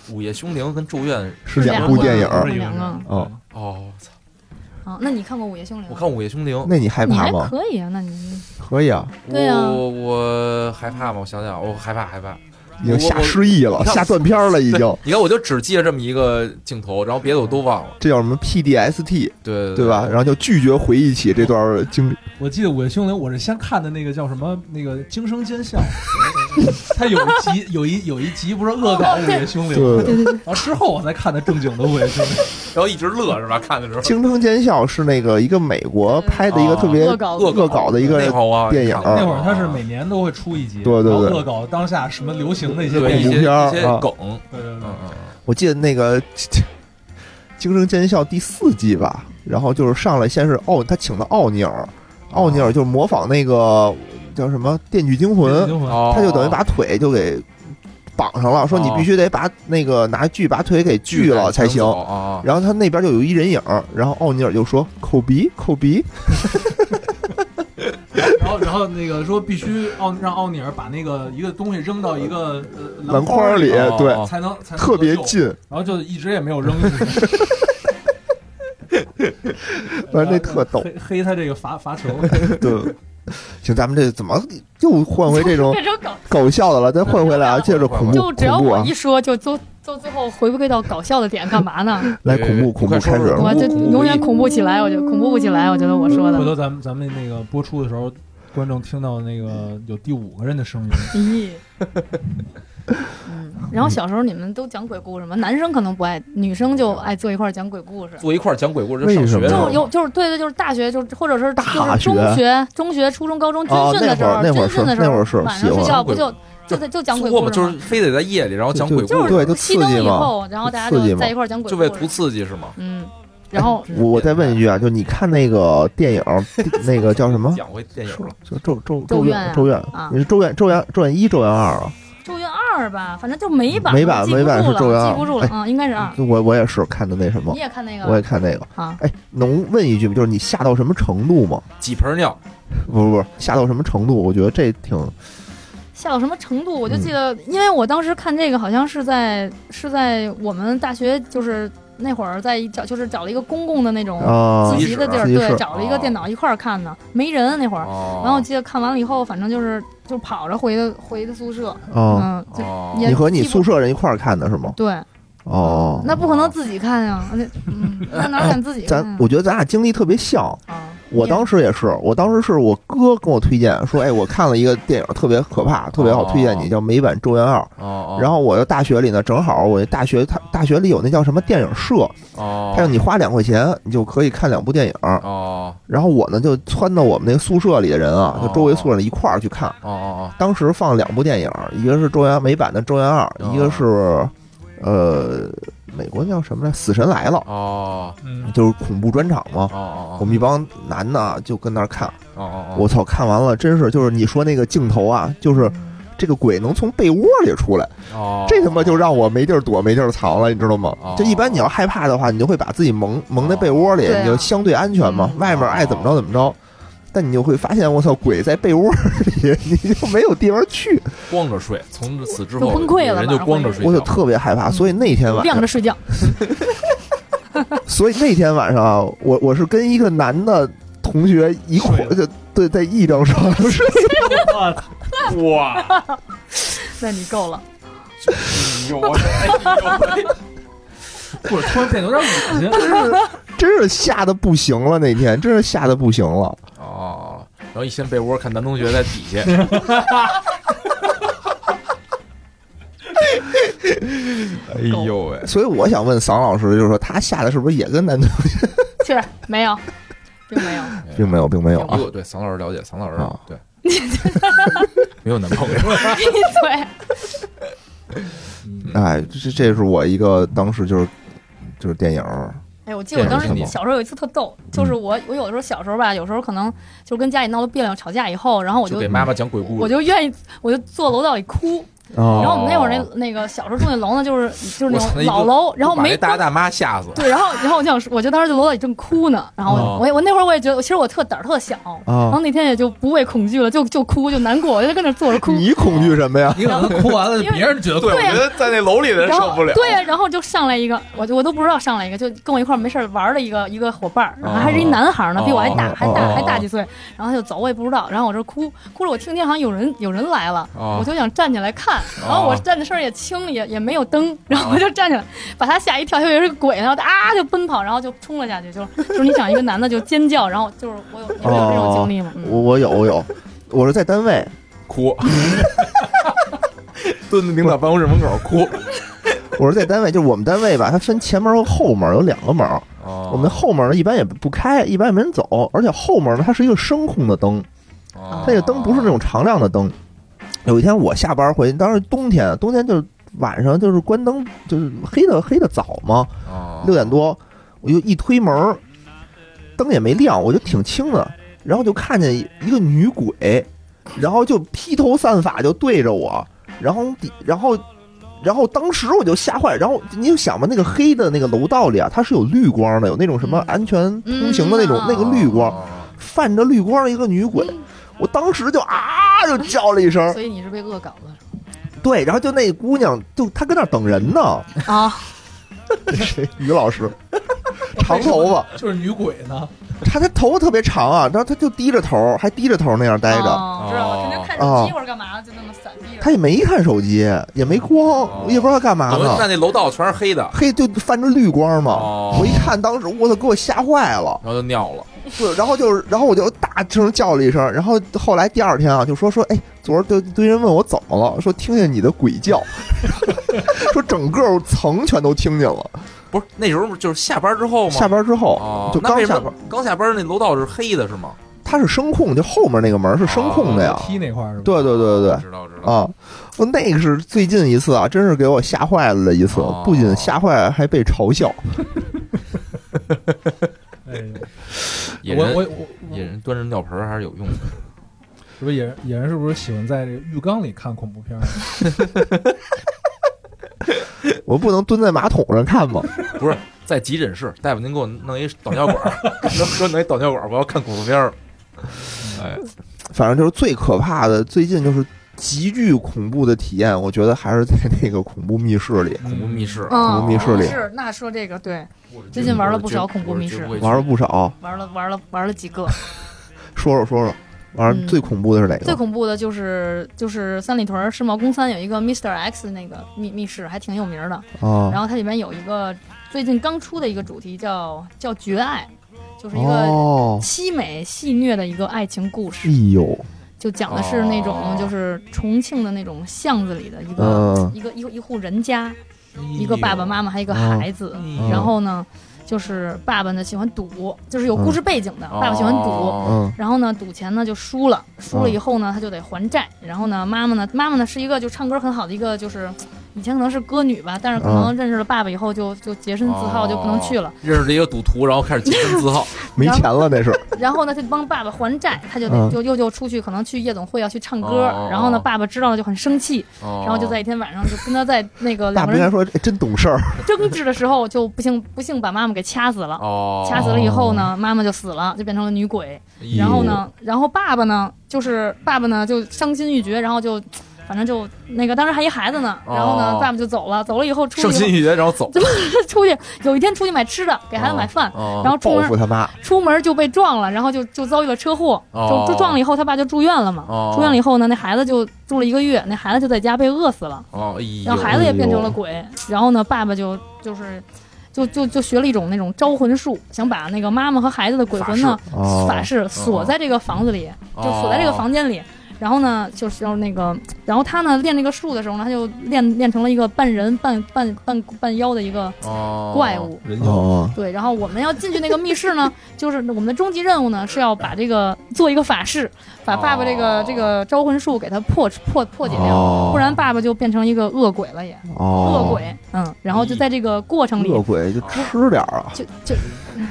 午夜凶铃跟《咒怨》
是
是
两
两
部
个
电影
是
儿
两个
哦，
哦，操！
啊，那你看过《午夜凶铃》？
我看《午夜凶铃》，
那你害
你
怕
还
吗？
可以啊，那你
可以啊，
对啊
我我害怕吗？我想想，我害怕害怕。
已经吓
我
失忆了，
你看
吓断片儿了，已经。
你看，我就只记得这么一个镜头，然后别的我都忘了，
这叫什么 PDST
对
对吧？然后就拒绝回忆起这段经历。
我记得《午夜凶铃》，我是先看的那个叫什么那个《惊声尖笑》， 他有一集有一有一集不是恶搞《午夜凶铃》吗，
对，
然后之后我才看的正经的《午夜凶铃》。
然后一直乐是吧？看的时候
京城尖笑是那个一个美国拍的一个特别
恶搞
恶
恶搞的一个
那会儿我
电影
看过
那会儿他是每年都会出一集，
啊对对
然后
对
恶搞当下什么流行的一些
对
电
一
影
恐怖
些
片儿
一些
啊
梗，
对对
嗯
对，
嗯
我记得那个《惊声尖笑》第四季吧，然后就是上来先是奥，他请的奥尼尔，奥尼尔就是模仿那个叫什么《电锯惊魂
电锯》，惊
嗯，
魂
哦
他就等于把腿就给绑上了，说你必须得把那个拿锯把腿给锯了才行。
啊，
然后他那边就有一人影，然后奥尼尔就说口鼻口鼻，
然后然后那个说必须奥让奥尼尔把那个一个东西扔到一个呃
嗯篮筐儿里
哦
对
哦
才能才能
特别
得救
近，
然后就一直也没有扔出去，
反正那特逗
黑黑他这个罚罚球，
对。 行，咱们这怎么又换回这种
变成搞，
搞笑的了？再换回来啊，接着恐怖
就只要
恐怖
我
啊
一！说，就都都最后回归到搞笑的点干嘛呢？
来恐怖
对
恐怖
对对
开始
快说
了，
我就
恐怖
永远恐怖起来，我就恐怖不起来，我觉得我 说的
回。头咱们咱们那个播出的时候，观众听到那个有第五个人的声音，
咦，嗯，然后小时候你们都讲鬼故事吗？男生可能不爱，女生就爱坐一块儿讲鬼故事。
坐一块儿讲鬼故事，就
为
上
什
学
么
的时
呀
就
候
是有就是对对，就是大学就是或者是就是
嗯大学
中学、中学、初中、高中军
哦
训的时
那会
候，
儿
军训的时
那会
候
儿是
晚上
喜
睡
欢
觉不
鬼
就就在就讲鬼
作嘛，
故事
就
吗
是？非得在夜里，然后哦讲鬼
就
故
对
事，
就
熄
刺
灯
激
以
嘛
后，然后大家
刺激
就
嘛
在一块儿讲鬼
就
故
为
事，
图刺激是吗？
嗯，然后
我我再问一句啊，就你看那个电影，那个叫什么？
讲回电影了，
就咒咒
咒怨
怨
啊
咒怨
啊，
你是咒怨咒怨咒怨一咒怨二啊？
咒怨二吧，反正就美版，
美
我
版
记不
美版
住
是
了
咒怨二
记不住了，嗯，应该是二。
我我也是看的那什么
你，也看那个
我也
了
看那个。
啊？
哎，能问一句吗？就是你吓到什么程度吗？
几盆尿，
不不不，吓到什么程度？我觉得这挺
吓到什么程度？我
嗯
就记得，因为我当时看这个好像是在是在我们大学，就是那会儿在一找就是找了一个公共的那种
啊
自
己
习的地儿，
自习室
对，找了一个
哦
电脑一块儿看的，没人那会儿。然
然
后我记得看完了以后，反正就是就跑着回的回的宿舍，
啊！
嗯，就
哦，
也
你和你
记不
宿舍人一块儿看的是吗？
对，
哦，
那不可能自己看呀，那嗯，那哪敢自己看
咱
呀？
我觉得咱俩经历特别像。
啊，
我当时也是，我当时是我哥跟我推荐说，哎，我看了一个电影特别可怕，特别好，推荐你叫《美版咒怨二》。
哦，
然后我的大学里呢，正好我那大学他大学里有那叫什么电影社，
哦，
他让你花两块钱，你就可以看两部电影。
哦
然后我呢就撺到我们那个宿舍里的人啊，
哦
就周围宿舍里一块儿去看。
哦哦
当时放两部电影，一个是周元美版的《周元二》，
哦
一个是呃美国叫什么来，《死神来了
哦》，
嗯，
就是恐怖专场嘛
哦。哦
我
哦
们一帮男的就跟那儿看，
哦哦，
我操，看完了真是就是你说那个镜头啊，就是
嗯
这个鬼能从被窝里出来，
哦，
这他妈就让我没地儿躲、没地儿藏了，你知道吗
哦？
就一般你要害怕的话，你就会把自己蒙蒙在被窝里
对，啊
你就相对安全嘛，
嗯
外面爱怎么着怎么
哦
着。但你就会发现，我操，鬼在被窝里， 你就没有地方去，
光着睡，从此之后
就崩溃了
人就
晚上
光着睡
我就
觉。
特别害怕。所以那天晚上
晾嗯着睡觉，
所以那天晚上啊，我我是跟一个男的同学一块
睡了
就对在一张床 上睡，
哇，
那你够了。
有啊，
不是突然变得有点恶心，
真是吓得不行了。那天真是吓得不行了。
哦，然后一掀被窝看男同学在底下，哎呦喂，
所以我想问桑老师，就是说他吓得是不是也跟男的，
是没有，并没有。
并没有，并没有
如
啊。
果哎对桑老师了解，桑老师
啊
对，没有男朋友，
闭嘴！
哎，这这是我一个当时就是就是电影儿，
哎，我记得我当时
这种
小时候有一次特逗，就是我我有的时候小时候吧，有时候可能就是跟家里闹了别扭、吵架以后，然后我
就
就
给妈妈讲鬼故
我
事。
就愿意我就坐楼道里哭。
哦
然后我们那会儿那那个小时候住那楼呢，就是就是
我
那
操那
种
一个
老楼，然后
把
没
那大爷
灯。
大妈吓死了，
对，然后然后我就想说，我就当时就楼道里正哭呢，然后
哦
我也我那会儿我也觉得，其实我特胆儿特小，然后
啊，
那天也就不畏恐惧了，就就哭就难过，我就跟那坐着哭。
你恐惧什么 呀？
你可能哭完了，
因为
别人觉得
对，
怪
我觉得在那楼里的人
啊然
受
后
不了。
对呀，然后就上来一个，我就我都不知道上来一个，就跟我一块儿没事儿玩儿的一个一个伙伴儿，然后还是一男孩儿呢，比我还大
哦
还
哦
大
哦
还大几岁，然后他就走，我也不知道，然后我这哭哭着，我听见好像有人有人来了，
哦
我就想站起来看，然后我站的身儿也轻，也也没有灯，然后我就站起来，把他吓一跳，他以为是鬼呢，然后他啊就奔跑，然后就冲了下去，就是就是你想一个男的就尖叫，然后就是我有你们有这种经历吗？嗯
我我有我有，我是在单位，
哭， 蹲在领导办公室门口哭。
我是在单位，就是我们单位吧，它分前门和后门，有两个门儿。
哦
我们后门呢一般也不开，一般也没人走，而且后门呢它是一个声控的灯，
哦
它那个灯不是那种常亮的灯。有一天我下班回去，当时冬天，冬天就是晚上就是关灯，就是黑的黑的早嘛，
哦
六点多我就一推门儿，灯也没亮，我就挺轻的，然后就看见一个女鬼，然后就披头散发就对着我，然后底然后。然后当时我就吓坏，然后你就想吧，那个黑的那个楼道里啊，它是有绿光的，有那种什么
嗯
安全通行的那种、
嗯
那个绿光，
哦
泛着绿光的一个女鬼，我当时就啊就叫了一声，
所以你是被恶搞的
对，然后就那姑娘就她跟那儿等人呢，
啊？
谁于老师，长头发，
就是女鬼呢，
她她头发特别长啊，然后她就低着头，还低着头那样待着，
哦
哦
知道我天天看手机或者干嘛，就那么散地着。
她也没看手机，也没
哦
光，我也不知道干嘛
等于 那
呢，
那楼道全是黑的，
嘿，就泛着绿光嘛。
哦
我一看，当时我操，给我吓坏了。
然后就尿了。
对，然后就是，然后我就大声叫了一声，然后后来第二天啊，就说说，哎，昨儿就一堆人问我怎么了，说听见你的鬼叫， 说整个层全都听见了。
不是那时候就是下班之后吗？
下班之后、
哦，
就
那
刚
为什
下
么
班，
刚下班那楼道是黑的是吗？
它是声控，就后面那个门是声控的哎
哦
呀。
踢那块儿是吧？
对对对对
知道知
对，
道。
啊，我那个是最近一次啊，真是给我吓坏了一次
哦，
不仅吓坏，还被嘲笑。
哎呦
野
我我
人
我我
野人端着尿盆儿还是有用的。
是不是野人野人是不是喜欢在这个浴缸里看恐怖片儿？
我不能蹲在马桶上看吗？
不是在急诊室，大夫您给我弄一导尿管儿，能给我弄一导尿管儿，我要看恐怖片儿。哎，
反正就是最可怕的，最近就是极具恐怖的体验，我觉得还是在那个恐怖密室里。
恐怖密室，
嗯，
恐怖密室里
是那说这个对，
我是绝
最近玩了不少
我是绝
恐怖密室
我是绝不会去
玩了不少，
玩了玩了玩了几个，
说说说说，玩
嗯
最恐怖的是哪个？
最恐怖的就是就是三里屯儿世贸公三有一个 Mr. X 那个密密室还挺有名儿的，然
啊，
后它里面有一个最近刚出的一个主题叫叫绝爱，就是一个
哦，
凄美戏谑的一个爱情故事
哎，呦，
就讲的是那种
哦
就是重庆的那种巷子里的一个
嗯，
一个一个一户人家，
哎
一个爸爸
呦
妈妈，还有一个
哦
孩子。
嗯
然后呢，就是爸爸呢喜欢赌，就是有故事背景的，爸爸喜欢赌。
哦
嗯
然后呢，赌钱呢就输
啊
了，输了以后呢，他就得还债。然后呢，妈妈呢，妈妈呢是一个就唱歌很好的一个，就是以前可能是歌女吧，但是可能认识了爸爸以后就就洁身自
哦
好，就不能 去了。
认识了一个赌徒，然后开始洁身自好，
没钱了那是，
然后呢，他就帮爸爸还债，他就
嗯
得就又就出去，可能去夜总会要去唱歌
哦。
然后呢，爸爸知道了就很生气，
然
然后就在一天晚上就跟他在那个
哦爸
两
不
个
应该
人
说哎真懂事儿，
争执的时候，就不幸不幸把妈妈给掐死了。
哦，
掐死了以后呢，妈妈就死了，就变成了女鬼。然后呢，然后爸爸呢，就是爸爸呢就伤心欲绝，然后就，反正就那个当时还一孩子呢，然后呢，
哦
爸爸就走了，走了以后出
圣
去
心
以
欲绝，然后走，
后 出去有一天出去买吃的，给孩子买饭，
哦，
然后出
哎报
门
复他妈，
出门就被撞了，然后就就遭遇了车祸，
哦
就就撞了以后他爸就住院了嘛，
哦
住院了以后呢，那孩子就住了一个月，那孩子就在家被饿死了。
哦，哎呦
然后孩子也变成了鬼，
哎
然后呢，爸爸就就是就就就学了一种那种招魂术，想把那个妈妈和孩子的鬼魂呢
哦
法式锁在这个房子里，
哦
就锁在这个房间里。然后呢，就是要那个，然后他呢练这个术的时候呢，他就练练成了一个半人半半半半妖的一个
哦
怪物。
嗯
人妖
哦，
对，然后我们要进去那个密室呢，就是我们的终极任务呢是要把这个做一个法事，把爸爸这个、
哦
这个招魂术给他破破破解掉，
哦
不然爸爸就变成一个恶鬼了也。恶
哦，
鬼，嗯，然后就在这个过程里，
恶鬼就吃点儿啊，
就 就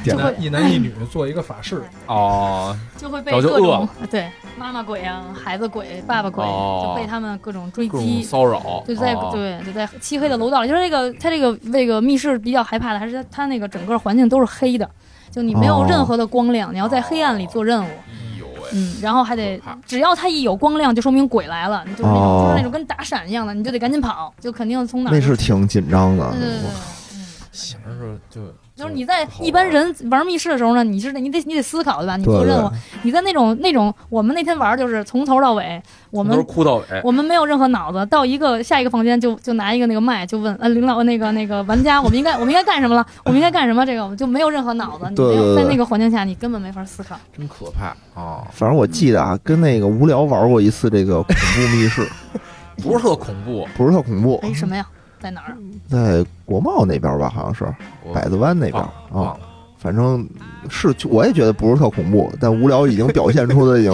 一
就会
男一男一女做一个法事，
哦，
就会被
早就
各
饿
种
了
对妈妈鬼啊、孩子鬼、爸爸鬼，
哦
就被他们各种追
各种
击，
骚扰，
就在
哦，
对就在漆黑的楼道里，就是这个他这个这个密室比较害怕的，还是他他那个整个环境都是黑的，就你没有
哦
任何的光亮，你要在黑暗里做任务。
哎呦喂，
嗯，然后还得
可怕，
只要他一有光亮，就说明鬼来了，你就是那种、
哦
就是那种跟打闪一样的，你就得赶紧跑，就肯定从哪儿
那是挺紧张的
对。对对对嗯。
想着说就
就是你在一般人玩密室的时候呢，你是得你得你得思考对吧？你
对
做任务
对，
你在那种那种我们那天玩就是从头到尾，我
从头
们
哭到尾，
我们没有任何脑子，到一个下一个房间就就拿一个那个麦就问呃领导那个那个玩家，我们应该我们应该干什 么了？我们应该干什么？这个我们就没有任何脑子，你
对
没有
对对
在那个环境下你根本没法思考。
真可怕啊！
反正我记得啊，跟那个无聊玩过一次这个恐怖密 室，
不是特恐怖，
不是特恐怖，
哎，什么呀？在哪儿？啊
在国贸那边吧，好像是
我
百子湾那边
忘
啊
了，忘了
反正是我也觉得不是特恐怖，但无聊已经表现出 的已经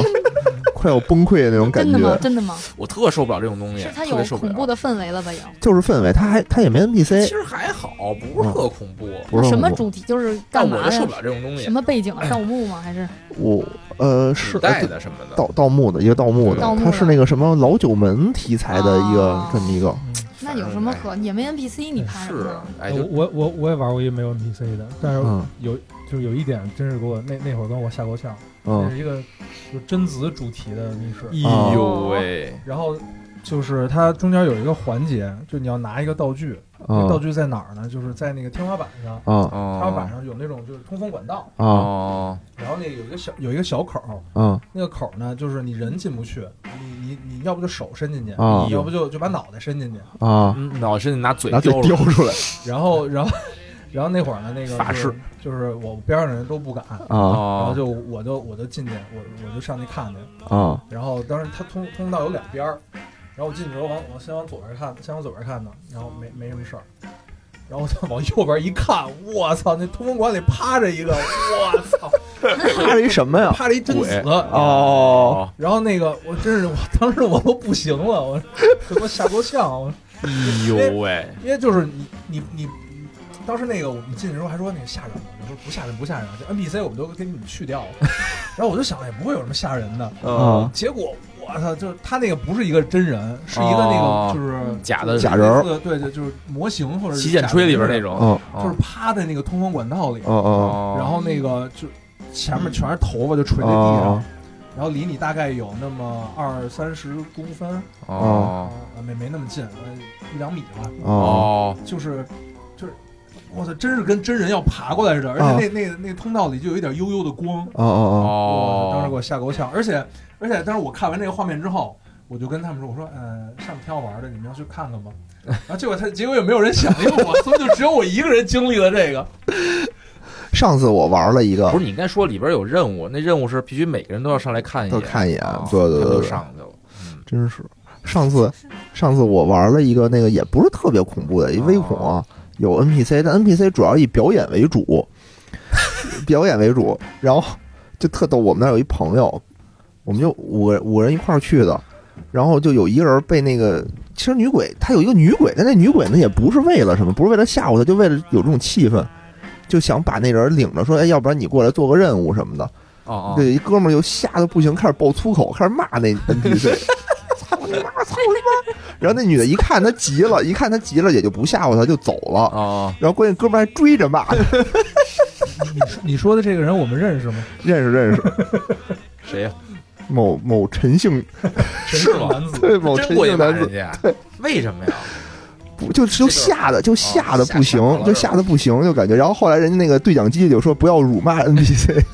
快要崩溃的那种感
真的吗
觉？，
真的吗？
我特受不了这种东西，
是它
特
有
别受不
恐
了
怖。的氛围了吧？有
就是氛围，它还它也没
其
NPC，
实还好，不是特恐怖，
不是
什
很
么
恐怖
主题？就是
但
嗯干
我就
嘛
受
呀
不？了这种东
什
西，
么 背景啊？盗墓吗？还是
我呃是
古代的什么的。
盗盗墓的一个盗墓的
盗，墓
它
的
是那个什么老九门题材的一个
哦
这么一
啊
个，
那有什么可也没 NPC，你怕什么
哎是哎，
呢？，
我
就
我我我也玩过一个没有 NPC 的，但是
嗯
有、就是有一点真是给我那那会儿跟我吓够呛，那
嗯
是一个就是贞子主题的密室，
哎呦喂，
然后就是它中间有一个环节，就你要拿一个道具，
哎
那道
嗯
具在哪儿呢？就是在那个天花板上，
嗯
天花板
哦
上有那种就是通风管道，
啊
哦
然后那个有一个小有一个小口儿，
嗯
那个口儿呢就是你人进不去，你你你要不就手伸进去，
啊
你要不就就把脑袋伸进去，
啊，
嗯脑袋拿嘴
拿嘴
叼
叼
着
出来
然后然后 然后那会儿呢那个
法
就是
事
就是我边上的人都不敢。
啊
然后
哦
就我就我就进去，我我就上去看去。
啊
然后当时它通通道有两边儿，然后我进去之后往我先往左边看，先往左边看呢，然后没没什么事儿。然后我再往右边一看，我操，那通风管里趴着一个，我操，
他是一什么呀？
趴着一贞子。
哎
哦，
然后那个我真是，我当时我都不行了，我这给我吓够呛。我
哎呦 喂，
因为就是你你你，当时那个我们进去之后还说那个吓人吗？我说不吓人不吓人，啊这 NPC 我们都给你们去掉了。然后我就想哎也不会有什么吓人的，
嗯呃
啊
结果我操，就是他那个不是一个真人，是一个
哦
那个就是
假的
假人儿，
类似对对，就是模型或者是
洗剪吹里边那
假
种，
嗯
人，就是趴在那个通风管道里，
哦哦
哦，
然后那个就前面全是头发就垂在地上
哦，
然后离你大概有那么二三十公分，
哦
啊没没那么近，呃一两米吧，
哦
哦，
就是就是，我操，真是跟真人要爬过来似的，而
啊
且那那那通道里就有一点幽幽的光，
哦哦
哇当时给
哦，
我吓够呛，而且而且当时我看完这个画面之后，我就跟他们说，我说，呃，上面挺好玩的，你们要去 看看吗？然后结果他结果也没有人想应我，所以就只有我一个人经历了这个。
哦，上次我玩了一个
哦
不，是你应该说里边有任务，那任务是必须每个人都要上来看一
都
眼，
看一眼
哦，
对对对
他们
对
就
对，
上去了，嗯
真是。上次上次我玩了一个那个也不是特别恐怖的，一微恐啊，有 NPC，但 NPC 主要以表演为主，表演为主。然后就特逗，我们那儿有一朋友，我们就五个五人一块儿去的，然后就有一个人被那个其实女鬼她有一个女鬼，但那女鬼呢也不是为了什么，不是为了吓唬她，就为了有这种气氛，就想把那人领着，说，哎，要不然你过来做个任务什么的。
哦哦，
对，一哥们儿就吓得不行，开始爆粗口，开始骂那 NPC。操你妈！操你妈！然后那女的一看他急了，一看他急了，也就不吓唬他，就走了。
哦
然后关键哥们儿还追着骂，
你说你说的这个人我们认识吗？
认识认识，
谁呀？
某某陈 姓
是吗？
男子
对某
真
陈
过去
姓
骂
男子
人，家，啊为什么呀？
不就就吓得就吓得不行
哦吓傻了，
就吓得不行，就感觉。然后后来人家那个对讲机就说不要辱骂 NPC，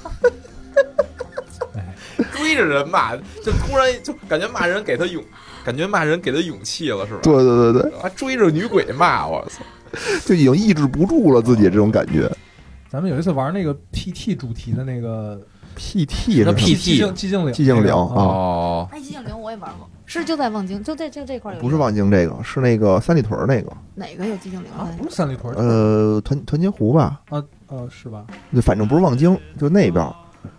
追着人骂，就突然就感觉骂人给他勇，感觉骂人给他勇气了，是吧？
对对对对，
啊，追着女鬼骂，我操！
就已经抑制不住了自己这种感觉。
咱们有一次玩那个 PT 主题的那个
PT
那
是
P- PT
寂静寂静岭，
寂静岭啊
哦，
哎，寂静岭我也玩过，是就在望京，就在就这块儿有一个。
不是望京这个，是那个三里屯那个，
哪个有寂静岭
啊
啊，？
不是三里屯
呃，团团结湖吧，
啊呃是吧？
就反正不是望京，就那边儿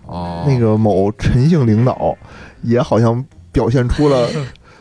哦，
那个某陈姓领导也好像表现出 了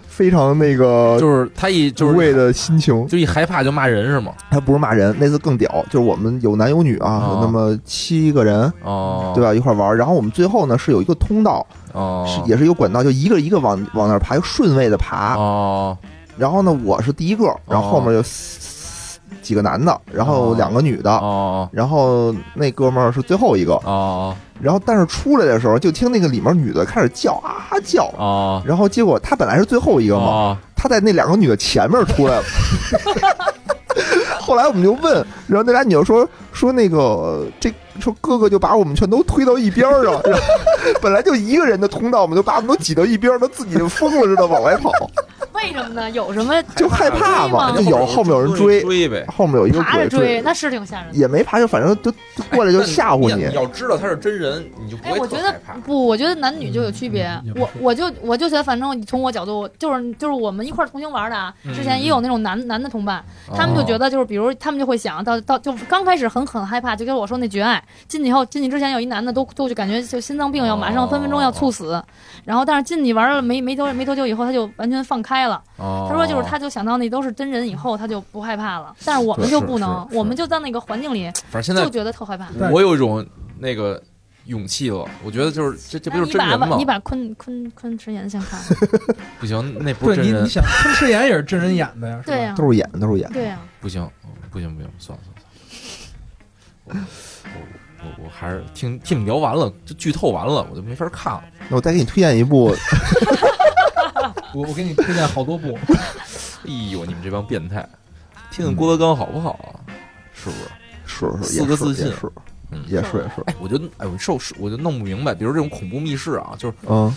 非常那个
就是他一就
无畏
是
的心情。
就一害怕就骂人是吗？
他不是骂人，那次更屌，就是我们有男有女啊，有那
哦
么七个人，
哦，
对吧？一块玩儿。然后我们最后呢是有一个通道，
哦，
是也是有管道，就一个一个往往那儿爬，就顺位的爬。
哦
然后呢，我是第一个，然后后面有四几个男的，然后两个女的，
哦
然后那哥们儿是最后一个。
哦
然后但是出来的时候，就听那个里面女的开始叫啊叫。
哦
然后结果他本来是最后一个嘛，
哦，
他在那两个女的前面出来 了。后来我们就问，然后那俩女的说说那个呃这说哥哥就把我们全都推到一边儿了，然后 本来就一个人的通道，我们就把我们都挤到一边儿，他自己就疯了似的往外 跑，
为什么呢？有什么
就害怕嘛，
啊
就有后面有人哎追，
追呗。
后面有一个
爬着
鬼
追，，那是挺吓人的。
也没爬，就反正就就过来就吓唬
哎你
你。
要知道他是真人，你就不
哎，
会
我觉
特
得
害怕。
不，我觉得男女就有区别
嗯也。不
我
是
我就我就觉得，反正从我角度，就是就是我们一块儿同行玩的啊，
嗯
之前也有那种男男的同伴，
哦
他们就觉
得
得就是，比如他们就会想到到，就刚开始很很害怕，就跟我说那绝爱进去以后，进去之前有一男的都都就感觉就心脏病要马上分分钟要猝
哦
死，然后但是进去玩了没没多没多久以后，他就完全放开了。
哦
他
他说就是，他就想到那都是真人以后，他就不害怕了。但是我们
对
就是不能
是，是
我们就在那个环境里
反正现
就
在
觉得特害怕。
但
我有一种那个勇气了。我觉得就是这这不
那
就是
你
真
把
人吗
你？把昆昆昆池岩先看，
不行，那不
对
是
你
真
你
人，
想昆池岩也是真人演的呀，是吧
对呀、
都是演，都是演。
对啊呀、
不行，不行，不行，算了算了算了。我我我还是听听你聊完了，就剧透完了，我就没法看了。
那我再给你推荐一部，
我我给你推荐好多 部，
哎呦，你们这帮变态！听听郭德纲好不好啊？是不是？
是是
四
也
个
是
自信
也是
嗯
也是也是，
哎，我就哎，我受我就弄不明白，比如这种恐怖密室啊，就是
哎
嗯，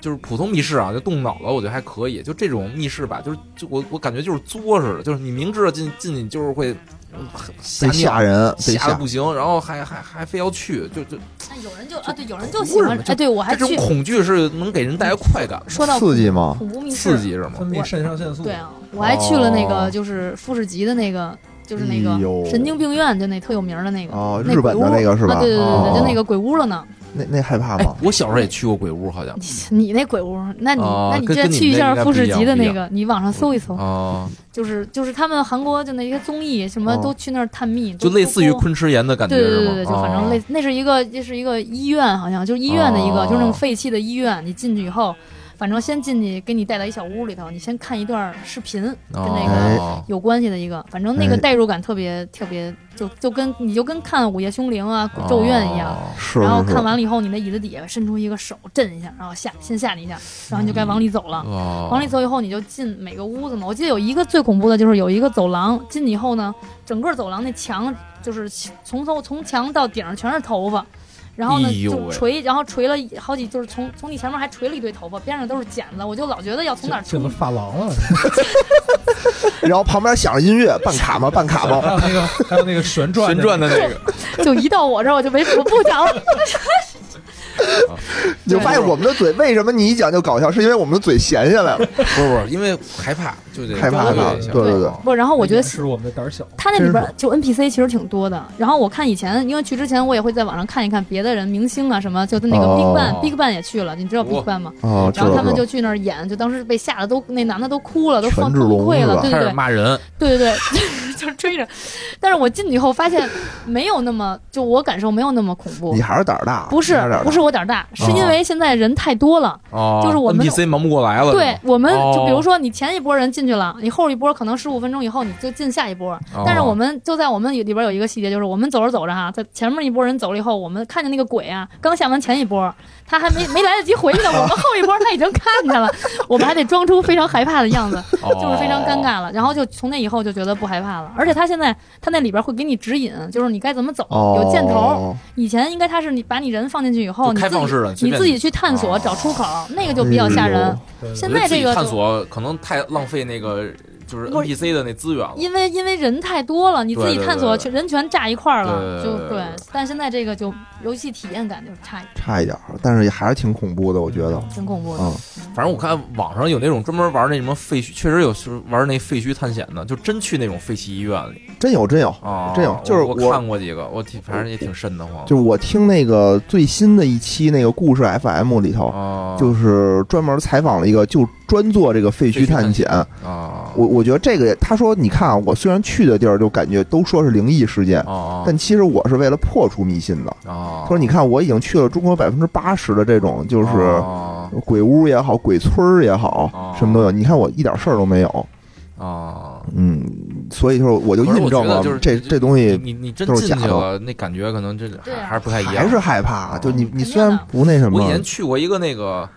就是普通密室啊，就动脑子，我觉得还可以。就这种密室吧，就是就我我感觉就是作似的，就是你明知道进进去就是会嗯吓
得
尿
吓人，得
吓
吓
得不行，然后还还还非要去，
嗯
就就
哎有人就啊，对，有人就
不是
喜欢
嘛。就
哎，对我还
这种
去
恐惧是能给人带来快感，
说到
刺激吗？
恐怖密室
刺，激是吗
分？泌肾上腺素。
对啊，我还去了那
哦
个就是富士急的那个，就是那个
哎呦
神经病院，就那特有名的那个，
哦，
那
日本的
鬼屋
那个是吧？
啊，对对对
哦
对，就那个鬼屋了呢。
那那害怕
哎
吗？，
我小时候也去过鬼屋，好像
你你那鬼屋，那你
哦
那你
跟
这
跟你
去一
那
下
应该
富
不
士
一样
急的
不一
那
样
个，你网上搜一搜，
啊，
就是就是他们韩国就那些综艺什么
哦
都去那儿探秘，
就
都
类似于
都
昆池岩的感觉
对对
是
对
吗？
对，就反正类
哦
那是一个这是一个医院，好像就是医院的一个，
哦
就是那种废弃的医院。你进去以后，反正先进去给你带到一小屋里头，你先看一段视频，跟那个
哦
有关系的一个，反正那个
哎
代入感特别特别，就就跟你就跟看《午夜凶铃》啊、《咒怨》一样。
哦
是
然后
是
看
是，
完了以后，你的椅子底下伸出一个手震一下，然后吓先吓你一下，然后你就该往里走了。
哦，
往里走以后，你就进每个屋子嘛。我记得有一个最恐怖的就是有一个走廊，进去以后呢，整个走廊那墙就是从头从墙到顶上全是头发，然后呢
哎呦
就
喂
垂，然后垂了好几，就是从从你前面还垂了一堆头发，边上都是剪子，我就老觉得要从哪儿
这
冲
个。发廊了，
然后旁边响着音乐，办卡吗？办卡
还
吗？
有那个还有那个旋转
旋转的那个，
就一到我这儿我就没我不想了，
你就发现我们的嘴为什么你一讲就搞笑，是因为我们的嘴闲下来了，
不是不是，因为害怕就得
害怕
忽略
它。
一下
对对对
啊
不，然后我
哎
觉得
是我们的胆儿小，
他那里边就 NPC 其实挺多的。然后我看以前，因为去之前我也会在网上看一看别的人明星啊什么，就那个
哦
Big Bang、Big Bang 也去了，你知道 Big
哇
Bang 吗？
哦，知
然后
道
他们
知
就去那儿演，就当时被吓得都那男的都哭了，都
权
放
志
崩
龙
溃
是吧
了，对对
开始
对
骂人，
对对对， 就是追着。但是我进去以后发现没有那么，就我感受没有那么恐
道，
怖
你。还是胆儿大，
不
你
是
还胆儿大啊
不是我胆儿大，是因为现在人太多了。
哦，
就是我们
NPC 忙不过来了，
对我们
哦
就比如说你前一波人进去了，你后一波可能十五分钟以后你就进下一波。
哦
但是我们就在我们里边有一个细节，就是我们走着走着哈，在前面一波人走了以后，我们看见那个鬼啊，刚下完前一波，他还 没没来得及回去呢，我们后一波他已经看见了，我们还得装出非常害怕的样子。就是非常尴
哦。
尬了。然后就从那以后就觉得不害怕了。而且他现在他那里边会给你指引，就是你该怎么走，
哦，
有箭头。，以前应该他是你把你人放进去以后，
就
哦你
开
自
放
己
式的，随
你
便
自己去探索
哦
找出口，那个就比较吓
哎
人。
对
现
我觉得
在
自
这
己
个
探
就
索可能太浪费那个就是
不是
NPC 的那资源了。
因为因为人太多了，你自己
对对
探索
对对
人全炸一块儿了，
对对
就
对对
对
对。
但现在这个就游戏体验感就差一点，
差一点儿，但是也还是挺恐怖的，我觉得。
挺恐怖的。
嗯，
反正我看网上有那种专门玩那什么废墟，确实有是玩那废墟探险的，就真去那种废弃医院里
真有真有，
啊。
真有
我
哦就是
我
我
看过几个，我挺反正也挺瘆得慌。
就是我听那个最新的一期那个故事 FM 里头，
啊，
就是专门采访了一个就专做这个废墟探险。
啊，
我我觉得这个，他说你看啊，我虽然去的地儿就感觉都说是灵异事件，
啊
但其实我是为了破除迷信的。
啊，
他说你看我已经去了中国百分之八十的这种就
就是啊
鬼屋也好，鬼村儿也好
哦，
什么都有。你看我一点事儿都没有，
啊，
嗯，所以就是我就
可是
印
我觉
证
得
了
就是
这这东
你
西
你你真
都是
进去
假的
了，那感觉可能这
对啊
还是不太一样。
还是害怕。就你你
嗯肯定的
虽然不那什么
啊我以，前去过一个那个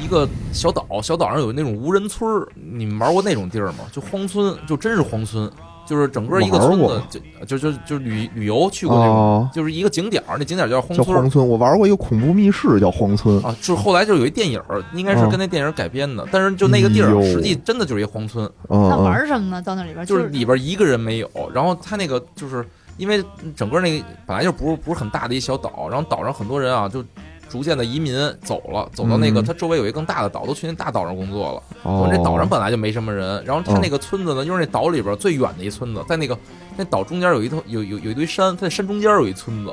一个小岛，小岛上有那种无人村儿，你们玩过那种地儿吗？就荒村，就真是荒村，就是整个一个
玩
村子
过，
就就就就旅旅游去过那种，
哦，
就是一个景点儿，那景点儿叫荒
叫
村儿
荒村，我玩过一个恐怖密室叫荒村，
啊，就是后来就有一电影儿，应该是跟那电影儿改编的，但是就那个
嗯
地
哎
儿
呦
实际真的就是一荒村，
嗯
那玩
嗯，
儿什么呢？到那里边
就是里边一个人没有，然后他那个就是因为整个那个本来就不是不是很大的一小岛，然后岛上很多人啊就。逐渐的移民走了，走到那个
嗯
他周围有一个更大的岛，都去那大岛上工作了。我
哦
们这岛上本来就没什么人，然后它那个村子呢，又是那岛里边最远的一村子，在那个那岛中间有一头有有有一堆山，它在山中间有一村子，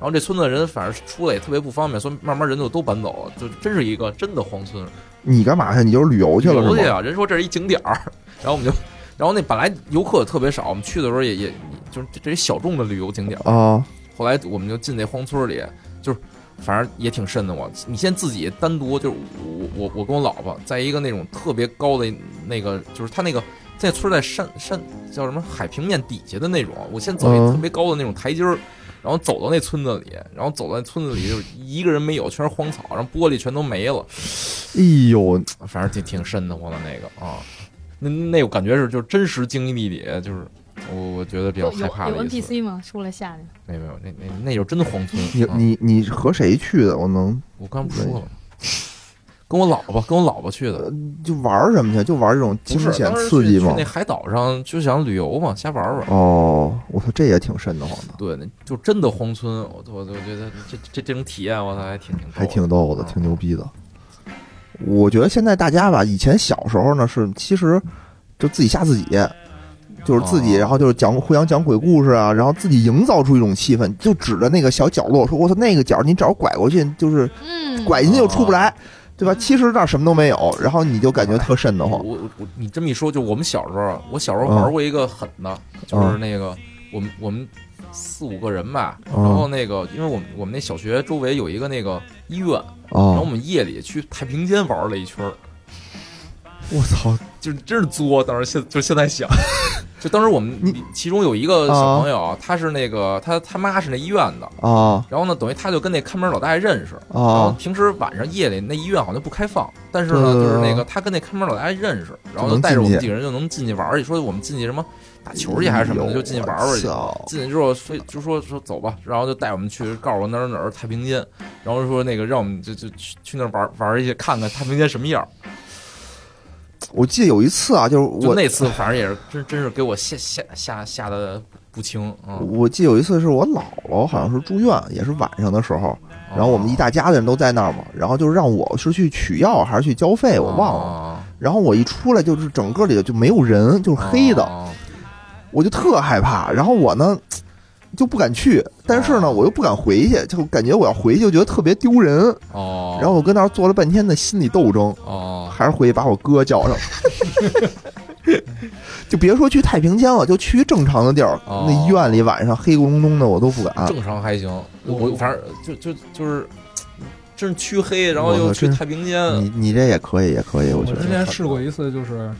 然后这村子的人反正出来也特别不方便，所以慢慢人就都搬走了，就真是一个真的荒村。
你干嘛去？你就是旅游去了
游
是
去
吗？
啊，人说这是一景点儿， 然后我们就，然后那本来游客特别少，我们去的时候也也就是这这一小众的旅游景点儿，
啊，
后来我们就进那荒村里，就是反正也挺瘆的我。你先自己单独，就是我我我跟我老婆在一个那种特别高的那个，就是它那个在村儿在山山叫什么海平面底下的那种，我先走一
嗯
特别高的那种台阶儿。然后走到那村子里，然后走到那村子里，就是一个人没有，全是荒草，然后玻璃全都没了，
哎呦，
反正挺挺瘆得慌的那个啊。那那我感觉是就是真实经历里，就是我我觉得比较
有
害怕
有有
的一次。
NPC 吗？出来吓你？
没有没有，那那那就是真的荒村。
你
啊
你你和谁去的？我能
我刚不说了吗，跟我老婆跟我老婆去的，
就玩什么去？就玩这种
不
呃惊
是
险
当时
刺
去
激
去
吗
那？海岛上就想旅游嘛，瞎玩玩。
哦，我操，这也挺瘆得慌的，
对，那就真的荒村，我我我觉得这这这种体验，我操，还挺挺逗的
还挺逗的，
嗯
挺牛逼的。我觉得现在大家吧，以前小时候呢是其实就自己吓自己，就是自己，
哦
然后就是讲互相讲鬼故事啊，然后自己营造出一种气氛，就指着那个小角落说：“我操，那个角儿你只要拐过去，就是
嗯，
拐进去就出不
哦
来。”对吧？其实那儿什么都没
嗯
有，然后你就感觉特瘆得
我
慌。嗯
我我，你这么一说，就我们小时候啊，我小时候玩过一个狠的，就是那个我们我们四五个人吧，
嗯
然后那个因为我们我们那小学周围有一个那个医院，然后我
哦，
们夜里去太平间玩了一圈儿。
我操！
就是真是作，当时现就现 在想，就当时我们
你哦
其中有一个小朋友，啊他是那个他他妈是那医院的，
啊
然后呢，等于他就跟那看门老大爷认识，然后
啊！
平时晚上夜里那医院好像不开放，但是呢，
对对
就是那
对
个他跟那看门老大爷认识，然
就
后就
能
带着我
进
们
去
几个人就能进去玩儿去，说我们进去什么打球去还是什么的，就进去玩玩去
哎呦。我操
进去之后非就说说走吧，然后就带我们去告诉我哪儿哪儿太平间，然后说那个让我们就就去去那儿玩玩一去看看太平间什么样儿。
我记得有一次啊，就是
就
我
那次，反正也是真真是给我吓吓吓吓得不轻啊！嗯哦
我记得有一次是我姥姥好像是住院，也是晚上的时候，嗯然后我们一大家子人都在那儿嘛，然后就让我是去取药还是去交费，我忘了。
了，
然后我一出来就是整个里就没有人，就是黑的，
哦
我就特害怕。然后我呢就不敢去，但是呢
哦
我又不敢回去，就感觉我要回去就觉得特别丢人。
哦，
然后我跟那儿做了半天的心理斗争，
哦，
还是回去把我哥叫上。 就别说去太平间了，就去正常的地儿，
哦
那医院里晚上黑咕隆咚的，我都不敢。
正常还行，我反正就就就是，真是黢黑，然后
我
又
操
去
真
太平间，
嗯
你你这也可以，也可以，我
我
觉得
之前试过一次，就是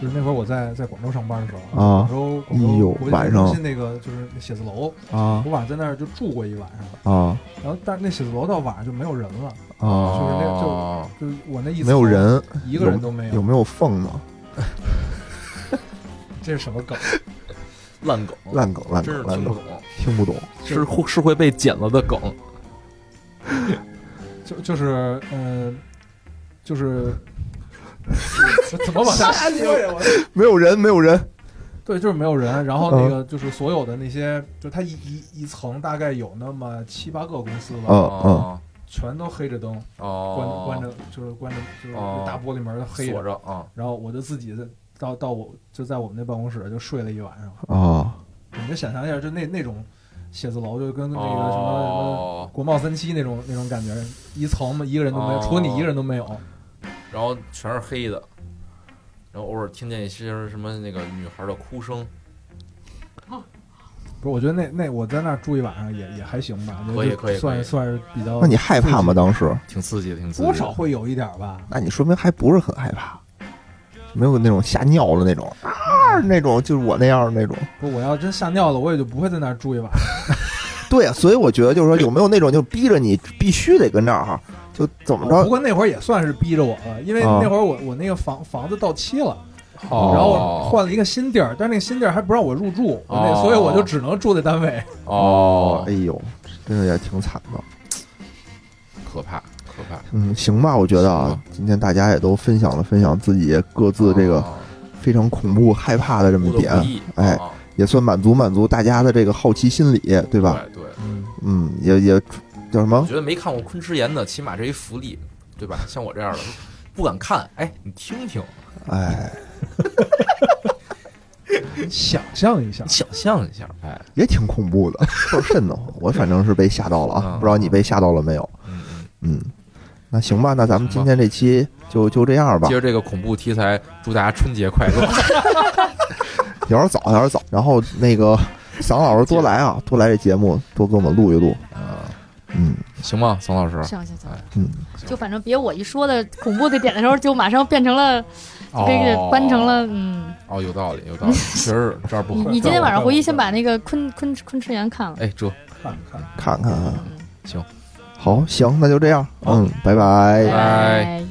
就是那会儿我在在广州上班的时候
啊
广州广
哎呦
州国际
晚
文
上
中心那个就是那写字楼，
啊
我晚上在那儿就住过一晚上，
啊
然后但是那写字楼到晚上就没有人了，
啊！
就是那个就
哦
就是我那一层
没有，人，
一个人都没
有
有，
没有缝呢？
这是什么梗？
烂梗，
烂梗，烂
真是
梗，烂
听不
梗，
懂，
听不懂。
是会是会被剪了的梗。
就就是呃，就是
这怎么往 下接呀？我
没有人，没有人。
对，就是没有人。然后那个就是所有的那些，就它一一一层大概有那么七八个公司吧，
嗯嗯，
哦
全都黑着灯，关
哦，
关着就是关着就是
哦
大玻璃门儿都黑
锁
着。
着啊，
然后我就自己在到到我就在我们那办公室就睡了一晚上。
哦，
你就想象一下，就那那种写字楼，就跟那个什么什么
哦，
国贸三期那种那种感觉，一层嘛一个人都没有，
哦
除了你一个人都没有。
然后全是黑的，然后偶尔听见一些什么那个女孩的哭声，
不是，我觉得那那我在那儿住一晚上也也还行吧，
可以
就
可以
算
可以
是算是比较
那你害
哦
怕吗？当时？
挺刺激，挺刺激，
多少会有一点儿吧。
那你说明还不是很害怕，没有那种吓尿了那种啊那种，就是我那样的那种。
不，我要真吓尿了，我也就不会在那儿住一晚上。
对，啊所以我觉得就是说，有没有那种就逼着你必须得跟这儿哈，就怎
哦
么
不
着？
过那会儿也算是逼着我了，因为
啊
那会儿我我那个房房子到期了，
哦，
然后我换了一个新地儿，但是那个新地儿还不让我入住，我那
哦
所以我就只能住在单位。
哦
哎，呦，真的也挺惨的。
哎可怕可怕，
嗯，行吧，我觉得啊，今天大家也都分享了分享自己各自这个
哦
非常恐怖、害怕的这么
不得
点
不，易，
哎
啊，
也算满足满足大家的这个好奇心理，对吧？
对对，
嗯，
嗯，也也叫什
我
么？
觉得没看过《昆池岩》的，起码这一福利，对吧？ 像我这样的不敢看，哎，你听听，
哎，
你 想象一下
你，想象一下，哎，
也挺恐怖的，倍儿瘆得慌。我反正是被吓到了啊，
嗯
不知道你被吓到了没有？
嗯嗯，
嗯，那行吧，那咱们今
行吧
天这期就就这样吧
接，着这个恐怖题材，祝大家春节快乐。
有点早，有点早。然后那个桑老师多来啊，多来这节目，多给我们录一录。
啊，
嗯，
行吗，宋老师？
行行行
哎，
嗯
就反正别我一说的恐怖的点的时候，就马上变成了
哦
这个关成了嗯。
哦，有道理，有道理，确实这儿不
你
合
你
适。
今天晚上回去先
快
把那个昆昆昆池岩看了。
哎，这
看看。
看看啊。
嗯
好，行，那就这样。嗯，拜拜
哎拜
拜。